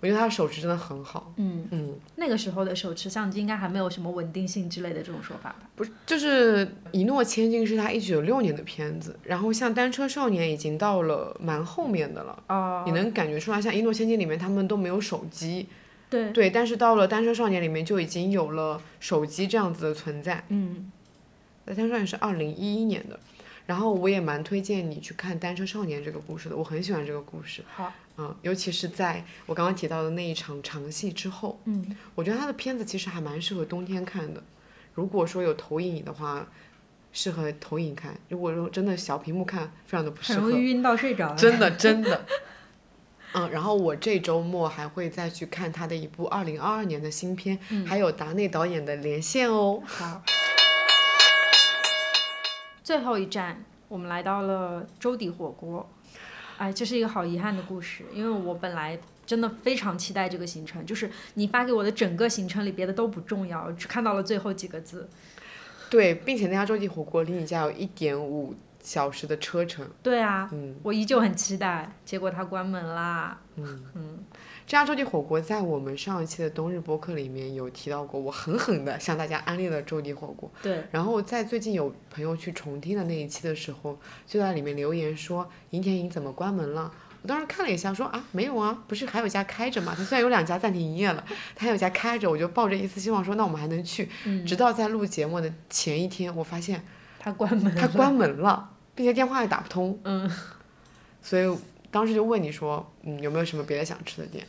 我觉得他的手持真的很好，嗯，嗯，那个时候的手持相机应该还没有什么稳定性之类的这种说法吧？不是，就是《一诺千金》是他一九九六年的片子，然后像《单车少年》已经到了蛮后面的了。哦你能感觉出来，像《一诺千金》里面他们都没有手机，对，对，但是到了《单车少年》里面就已经有了手机这样子的存在。嗯， 《单车少年》是二零一一年的，然后我也蛮推荐你去看《单车少年》这个故事的，我很喜欢这个故事。好，嗯，尤其是在我刚刚提到的那一场长戏之后，嗯，我觉得他的片子其实还蛮适合冬天看的。如果说有投影仪的话，适合投影看；如果说真的小屏幕看，非常的不适很合容。易晕到睡着。啊真的真的。 嗯，然后我这周末还会再去看他的一部二零二二年的新片，嗯还有达内导演的《连线》哦。好，最后一站，我们来到了周底火锅。哎，这是一个好遗憾的故事，因为我本来真的非常期待这个行程，就是你发给我的整个行程里，别的都不重要，只看到了最后几个字。对，并且那家洲际火锅离你家有一点五小时的车程。对啊，嗯，我依旧很期待，结果它关门啦。这家洲际火锅在我们上一期的冬日播客里面有提到过，我狠狠的向大家安利了洲际火锅。对，然后在最近有朋友去重听的那一期的时候，就在里面留言说银田营怎么关门了。我当时看了一下说，啊没有啊，不是还有一家开着嘛？它虽然有两家暂停营业了，它还有一家开着，我就抱着一丝希望说那我们还能去。嗯，直到在录节目的前一天，我发 现它关门它了。关门了，并且电话也打不通，嗯， 所以当时就问你说，嗯有没有什么别的想吃的店？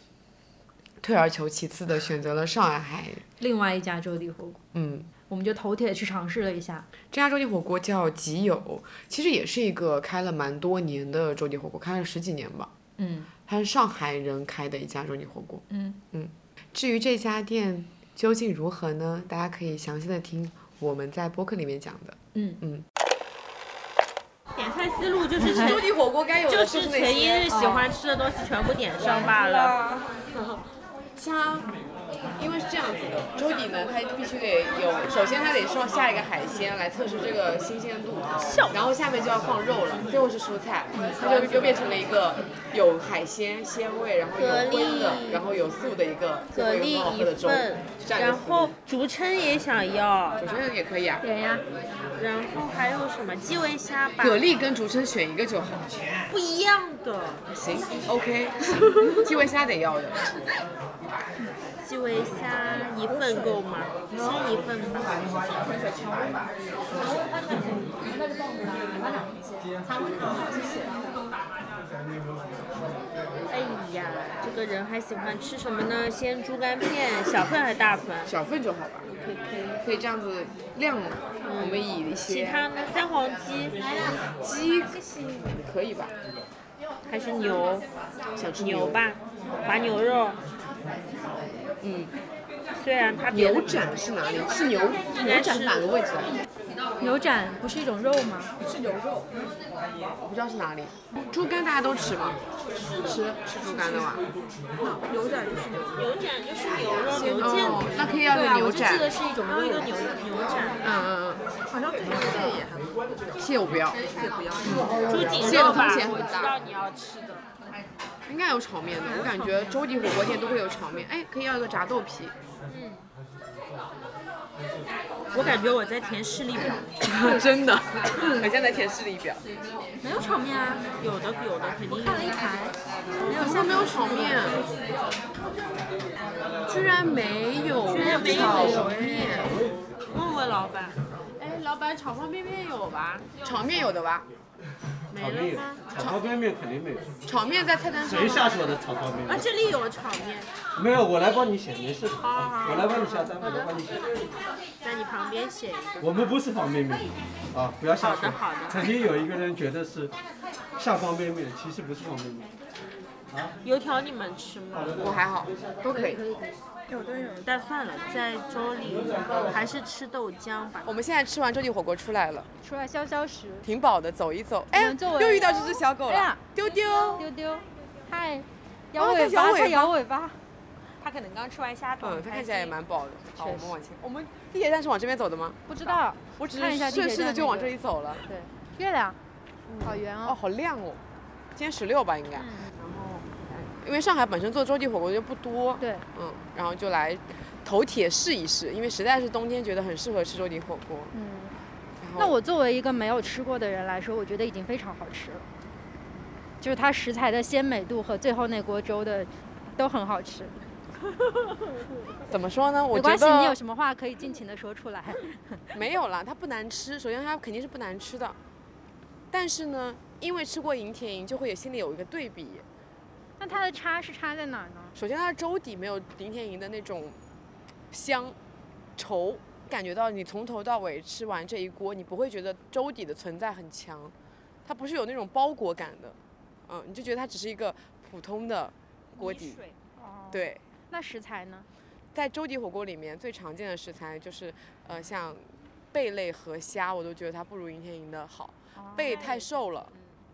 退而求其次的选择了上海，另外一家周底火锅，嗯，我们就头铁去尝试了一下。这家洲际火锅叫吉友，其实也是一个开了蛮多年的洲际火锅，开了十几年吧。嗯它是上海人开的一家肉泥火锅。嗯嗯，至于这家店究竟如何呢？大家可以详细的听我们在播客里面讲的。嗯嗯，点菜思路就是肉泥火锅该有的就是那些陈一日喜欢吃的东西全部点上罢了。虾，因为是这样子的，周底呢，它必须得有，首先它得上下一个海鲜来测试这个新鲜度，然后下面就要放肉了，最后是蔬菜，它就就变成了一个有海鲜鲜味，然后有荤的蛤，蜊然后有素的一个，最后蛤有很好蜊喝的一粥份，，这样一个然思后路竹蛏也想要，我觉得也可以啊。点呀，然后还有什么基围虾吧，蛤蜊跟竹蛏选一个就好，不一样的行，OK，行， 基围虾得要的，基围虾一份够吗？先一份吧。哎呀，这个人还喜欢吃什么呢？鲜猪肝片，小份还是大份？小份就好吧，可以可以。可以这样子量，我们以一嗯其些他呢？三黄鸡鸡可以吧，还是牛？想吃牛吧，滑牛肉。嗯，虽然它别的牛展是哪里？是牛牛该展是哪个位置啊？牛展不是一种肉吗？我不知道是哪里。猪肝大家都吃吗？吃吃猪肝的吧？牛展就是牛肉牛腱哦子，，那可以要个牛展。是一种然后一个牛牛展，嗯嗯嗯。好像蟹也还蟹我不要，猪颈蟹的肉风吧，险我很知大道，你要吃的。应该有炒面的。我感觉周底火锅店都会有炒面。哎，可以要一个炸豆 皮。我感觉我在填视力表，真 的，很像在填视力表。没有炒面啊，有的有的肯定有看了一排，怎么会没有炒面？居然没有，居然没有面。问问老板，哎，老板，炒方便面有吧？炒面有的吧？没了吗？炒方便面肯定没有，炒面在菜单上谁吗？下手的炒方便啊，面？这里有炒面，没有，我来帮你写，没事的，我来帮你下单，我来帮你写。在你旁边写一个。我们不是方便面，啊，不要下手好的好的。曾经有一个人觉得是下方便面，其实不是方便面。油条你们吃吗？我还好，都可以。有的有，但算了，在粥里还是吃豆浆吧。我们现在吃完周记火锅出来了，出来消消食。挺饱的，走一走。哎，我们作为又遇到这只小狗哎呀了，丢丢。丢丢，嗨，摇哦它尾巴，摇尾它摇尾巴。他可能刚吃完虾冻，嗯，它看起来也蛮饱的。好，我们往前。我们地铁站是往这边走的吗？不知道我只看是一下地顺铁势的站就那往个这里走了。月亮，好圆哦，哦。好亮哦。今天十六吧，应该。然嗯后，哎因为上海本身做周记火锅就不多，对，嗯，然后就来头铁试一试，因为实在是冬天觉得很适合吃周底火锅。嗯。然后那我作为一个没有吃过的人来说，我觉得已经非常好吃了，就是它食材的鲜美度和最后那锅粥的都很好吃。怎么说呢？我没觉关系，你有得什么话可以尽情的说出来。没有啦，它不难吃。首先它肯定是不难吃的，但是呢，因为吃过银田营，就会有心里有一个对比。那它的差是差在哪儿呢？首先它的粥底没有银田营的那种香稠，感觉到你从头到尾吃完这一锅，你不会觉得粥底的存在很强，它不是有那种包裹感的，嗯，你就觉得它只是一个普通的锅底。哦，对，那食材呢？在粥底火锅里面最常见的食材就是，呃，像贝类和虾，我都觉得它不如银天营的好。哦贝太瘦了，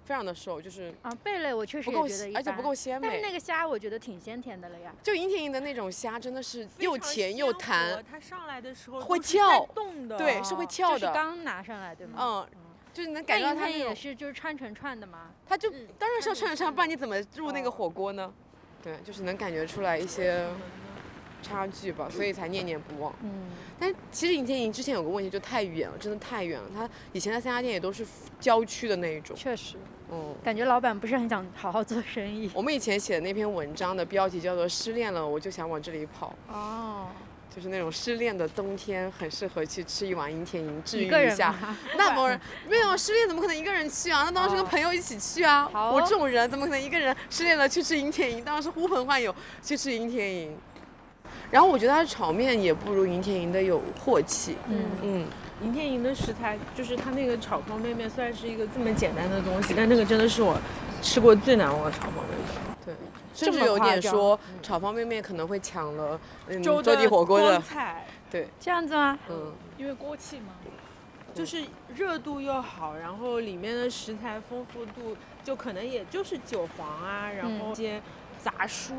非常的瘦，啊就是啊，贝类我确实不也够觉得鲜一，般，而且不够鲜 但是那美。个虾我觉得挺鲜甜的了呀。就银天营的那种虾，真的是又甜又非常鲜弹活，它上来的时候会都是在跳动的，对，是会跳哦就是的，刚拿上来对吗？嗯，就是能感觉到它它那也种，是就是串成串的嘛。它就嗯当然是要它串也着是上，不然你怎么入嗯那个火锅呢？对，就是能感觉出来一些差距吧，所以才念念不忘。嗯，但是其实尹天营之前有个问题，就太远了，真的太远了。他以前的三家店也都是郊区的那一种。确实，嗯，感觉老板不是很想好好做生意。我们以前写的那篇文章的标题叫做《失恋了我就想往这里跑哦，》，就是那种失恋的冬天，很适合去吃一碗银天营，治 一愈个一人下。 吗？那某 人没有失恋，怎么可能一个人去啊？那当然是跟哦朋友一起去啊。好我哦这种人怎么可能一个人失恋了去吃银天营？当然是呼朋唤友去吃银天营。然后我觉得他的炒面也不如银天营的有镬气。嗯，嗯，银天营的食材，就是它那个炒方便面，虽然是一个这么简单的东西，但那个真的是我吃过最难忘的炒方便面。对，甚至有点说炒方便面可能会抢了嗯粥做底火锅嗯的的，菜，对，这样子吗？嗯，因为锅气嘛。就是热度又好，然后里面的食材丰富度就可能也就是韭黄啊，然后嗯一些杂蔬，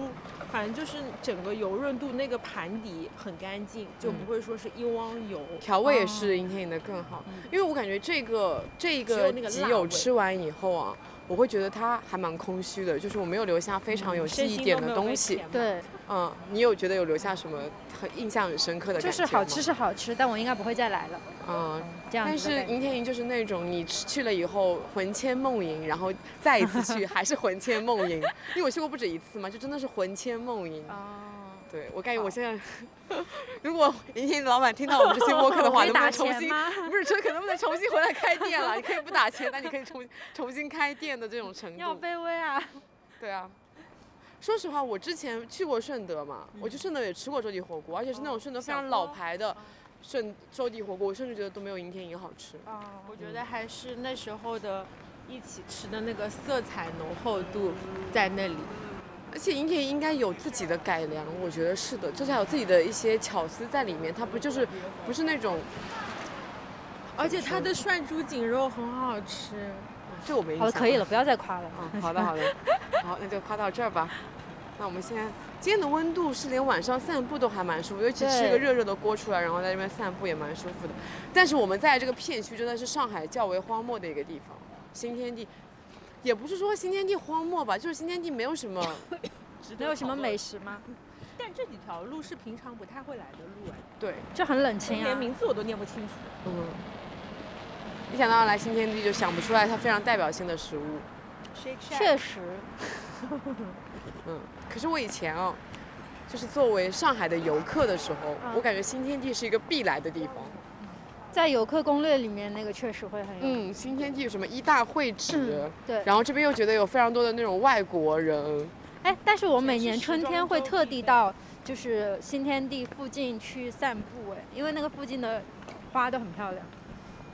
反正就是整个油润度那个盘底很干净，就不会说是一汪油。调味哦也是银天营的更好，因为我感觉这个这嗯只个有那个集辣友味吃完以后啊，我会觉得它还蛮空虚的，就是我没有留下非常有记嗯身忆心点都的没有被东西填。满对，嗯，你有觉得有留下什么很印象很深刻的感觉就吗？是好吃是好吃，但我应该不会再来了。嗯，这样但子的是感觉银天营就是那种你去了以后魂牵梦萦，然后再一次 去还是魂牵梦萦，因为我去过不止一次嘛，就真的是魂牵梦萦。啊哦对，我感觉我现在， 如果银天营的老板听到我们这期播客的话，可以能不打能重钱新吗？ 不是，这可能不能重新回来开店了？你可以不打钱，但你可以重重新开店的这种程你好度。卑微啊！对啊。说实话，我之前去过顺德嘛，我去顺德也吃过粥底火锅，而且是那种顺德非常老牌的顺粥底火锅，我甚至觉得都没有银天营好吃。哦我觉得还是那时候的一起吃的那个色彩浓厚度在那里。而且银田应该有自己的改良，我觉得是的，就是还有自己的一些巧思在里面。它不就是不是那种，而且它的涮猪颈肉很好吃，这我没印好象。了，可以了，。不要再夸了。嗯，好的好的，好，那就夸到这儿吧。那我们现在今天的温度是连晚上散步都还蛮舒服，尤其吃对个热热的锅出来，然后在那边散步也蛮舒服的。但是我们在这个片区真的是上海较为荒漠的一个地方，新天地，也不是说新天地荒漠吧，就是新天地没有什么。没有什么美食吗？嗯但这几条路是平常不太会来的路哎，对，就很冷清连啊。名字我都念不清楚。嗯，一想到来新天地就想不出来它非常代表性的食物。 Shake Shack 确实，嗯，可是我以前哦，就是作为上海的游客的时候，我感觉新天地是一个必来的地方。在游客攻略里面那个确实会很有。嗯，新天地有什么一大会址，对然后这边又觉得有非常多的那种外国人，哎，但是我每年春天会特地到就是新天地附近去散步，哎，因为那个附近的花都很漂亮，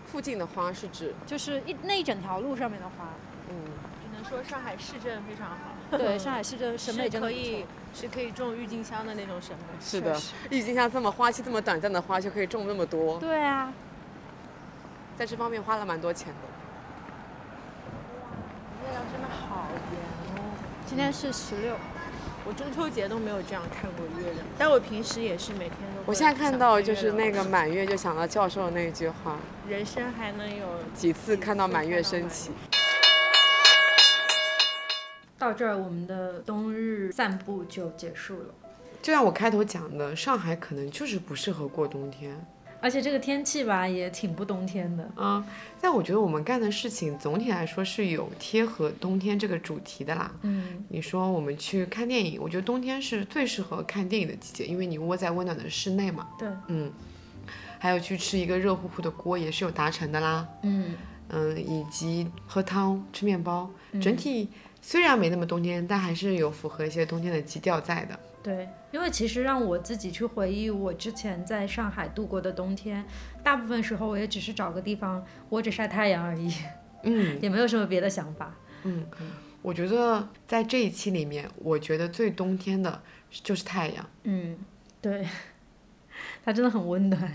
附近的花是指，就是一那一整条路上面的花。嗯，只能说上海市政非常好，对，嗯上海市的审美是真的可不错以是可以种郁金香的那种审美。是的，郁金香这么花期这么短暂的花就可以种那么多，对啊，在这方面花了蛮多钱的。月亮真的好圆哦，今天是十六，我中秋节都没有这样看过月亮，但我平时也是每天都会我现在看到就是想看那月个亮满月，就想到教授那句话，人生还能有几次看到满月升起。到这儿，我们的冬日散步就结束了。就像我开头讲的，上海可能就是不适合过冬天而且这个天气吧，也挺不冬天的。啊、但我觉得我们干的事情总体来说是有贴合冬天这个主题的啦。嗯，你说我们去看电影，我觉得冬天是最适合看电影的季节，因为你窝在温暖的室内嘛。对，嗯，还有去吃一个热乎乎的锅也是有达成的啦。嗯，嗯，以及喝汤、吃面包，嗯整体虽然没那么冬天，但还是有符合一些冬天的基调在的。对，因为其实让我自己去回忆我之前在上海度过的冬天，大部分时候我也只是找个地方窝着晒太阳而已，嗯， 也没有什么别的想法。我觉得在这一期里面，我觉得最冬天的就是太阳。嗯，对， 它真的很温暖。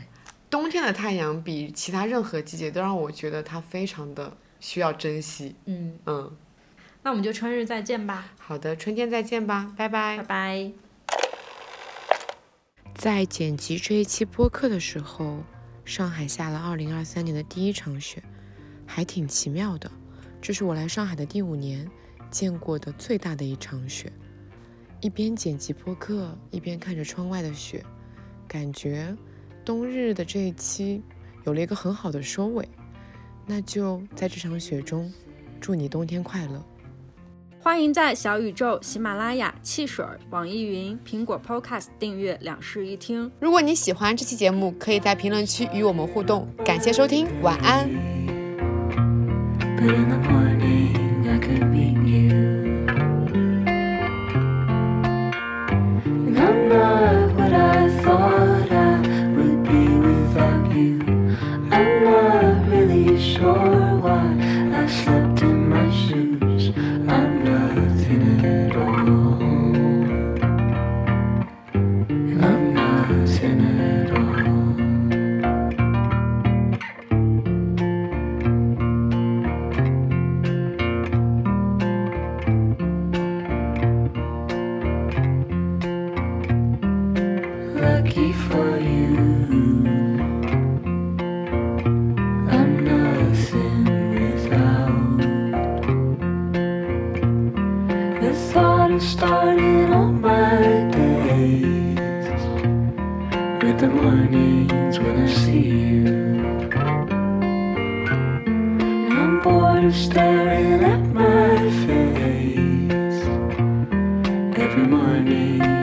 冬天的太阳比其他任何季节都让我觉得它非常的需要珍惜。嗯，嗯，那我们就春日再见吧，好的，春天再见吧，拜拜拜。拜。在剪辑这一期播客的时候，上海下了2023年的第一场雪，还挺奇妙的。这是我来上海的第五年，见过的最大的一场雪。一边剪辑播客，一边看着窗外的雪，感觉冬日的这一期有了一个很好的收尾。那就在这场雪中，祝你冬天快乐。欢迎在小宇宙、喜马拉雅、汽水、网易云、苹果 Podcast 订阅《两室一厅》。如果你喜欢这期节目，可以在评论区与我们互动。感谢收听，晚安。 But in the morning I could meet you. And I'm not what I thought I would be without you. I'm sure why I slept in my shoes. I'm nothing at all. And I'm nothing at all. Lucky for you, I'm nothing without the thought of starting all my days with the mornings when I see you. And I'm bored of staring at my face every morning.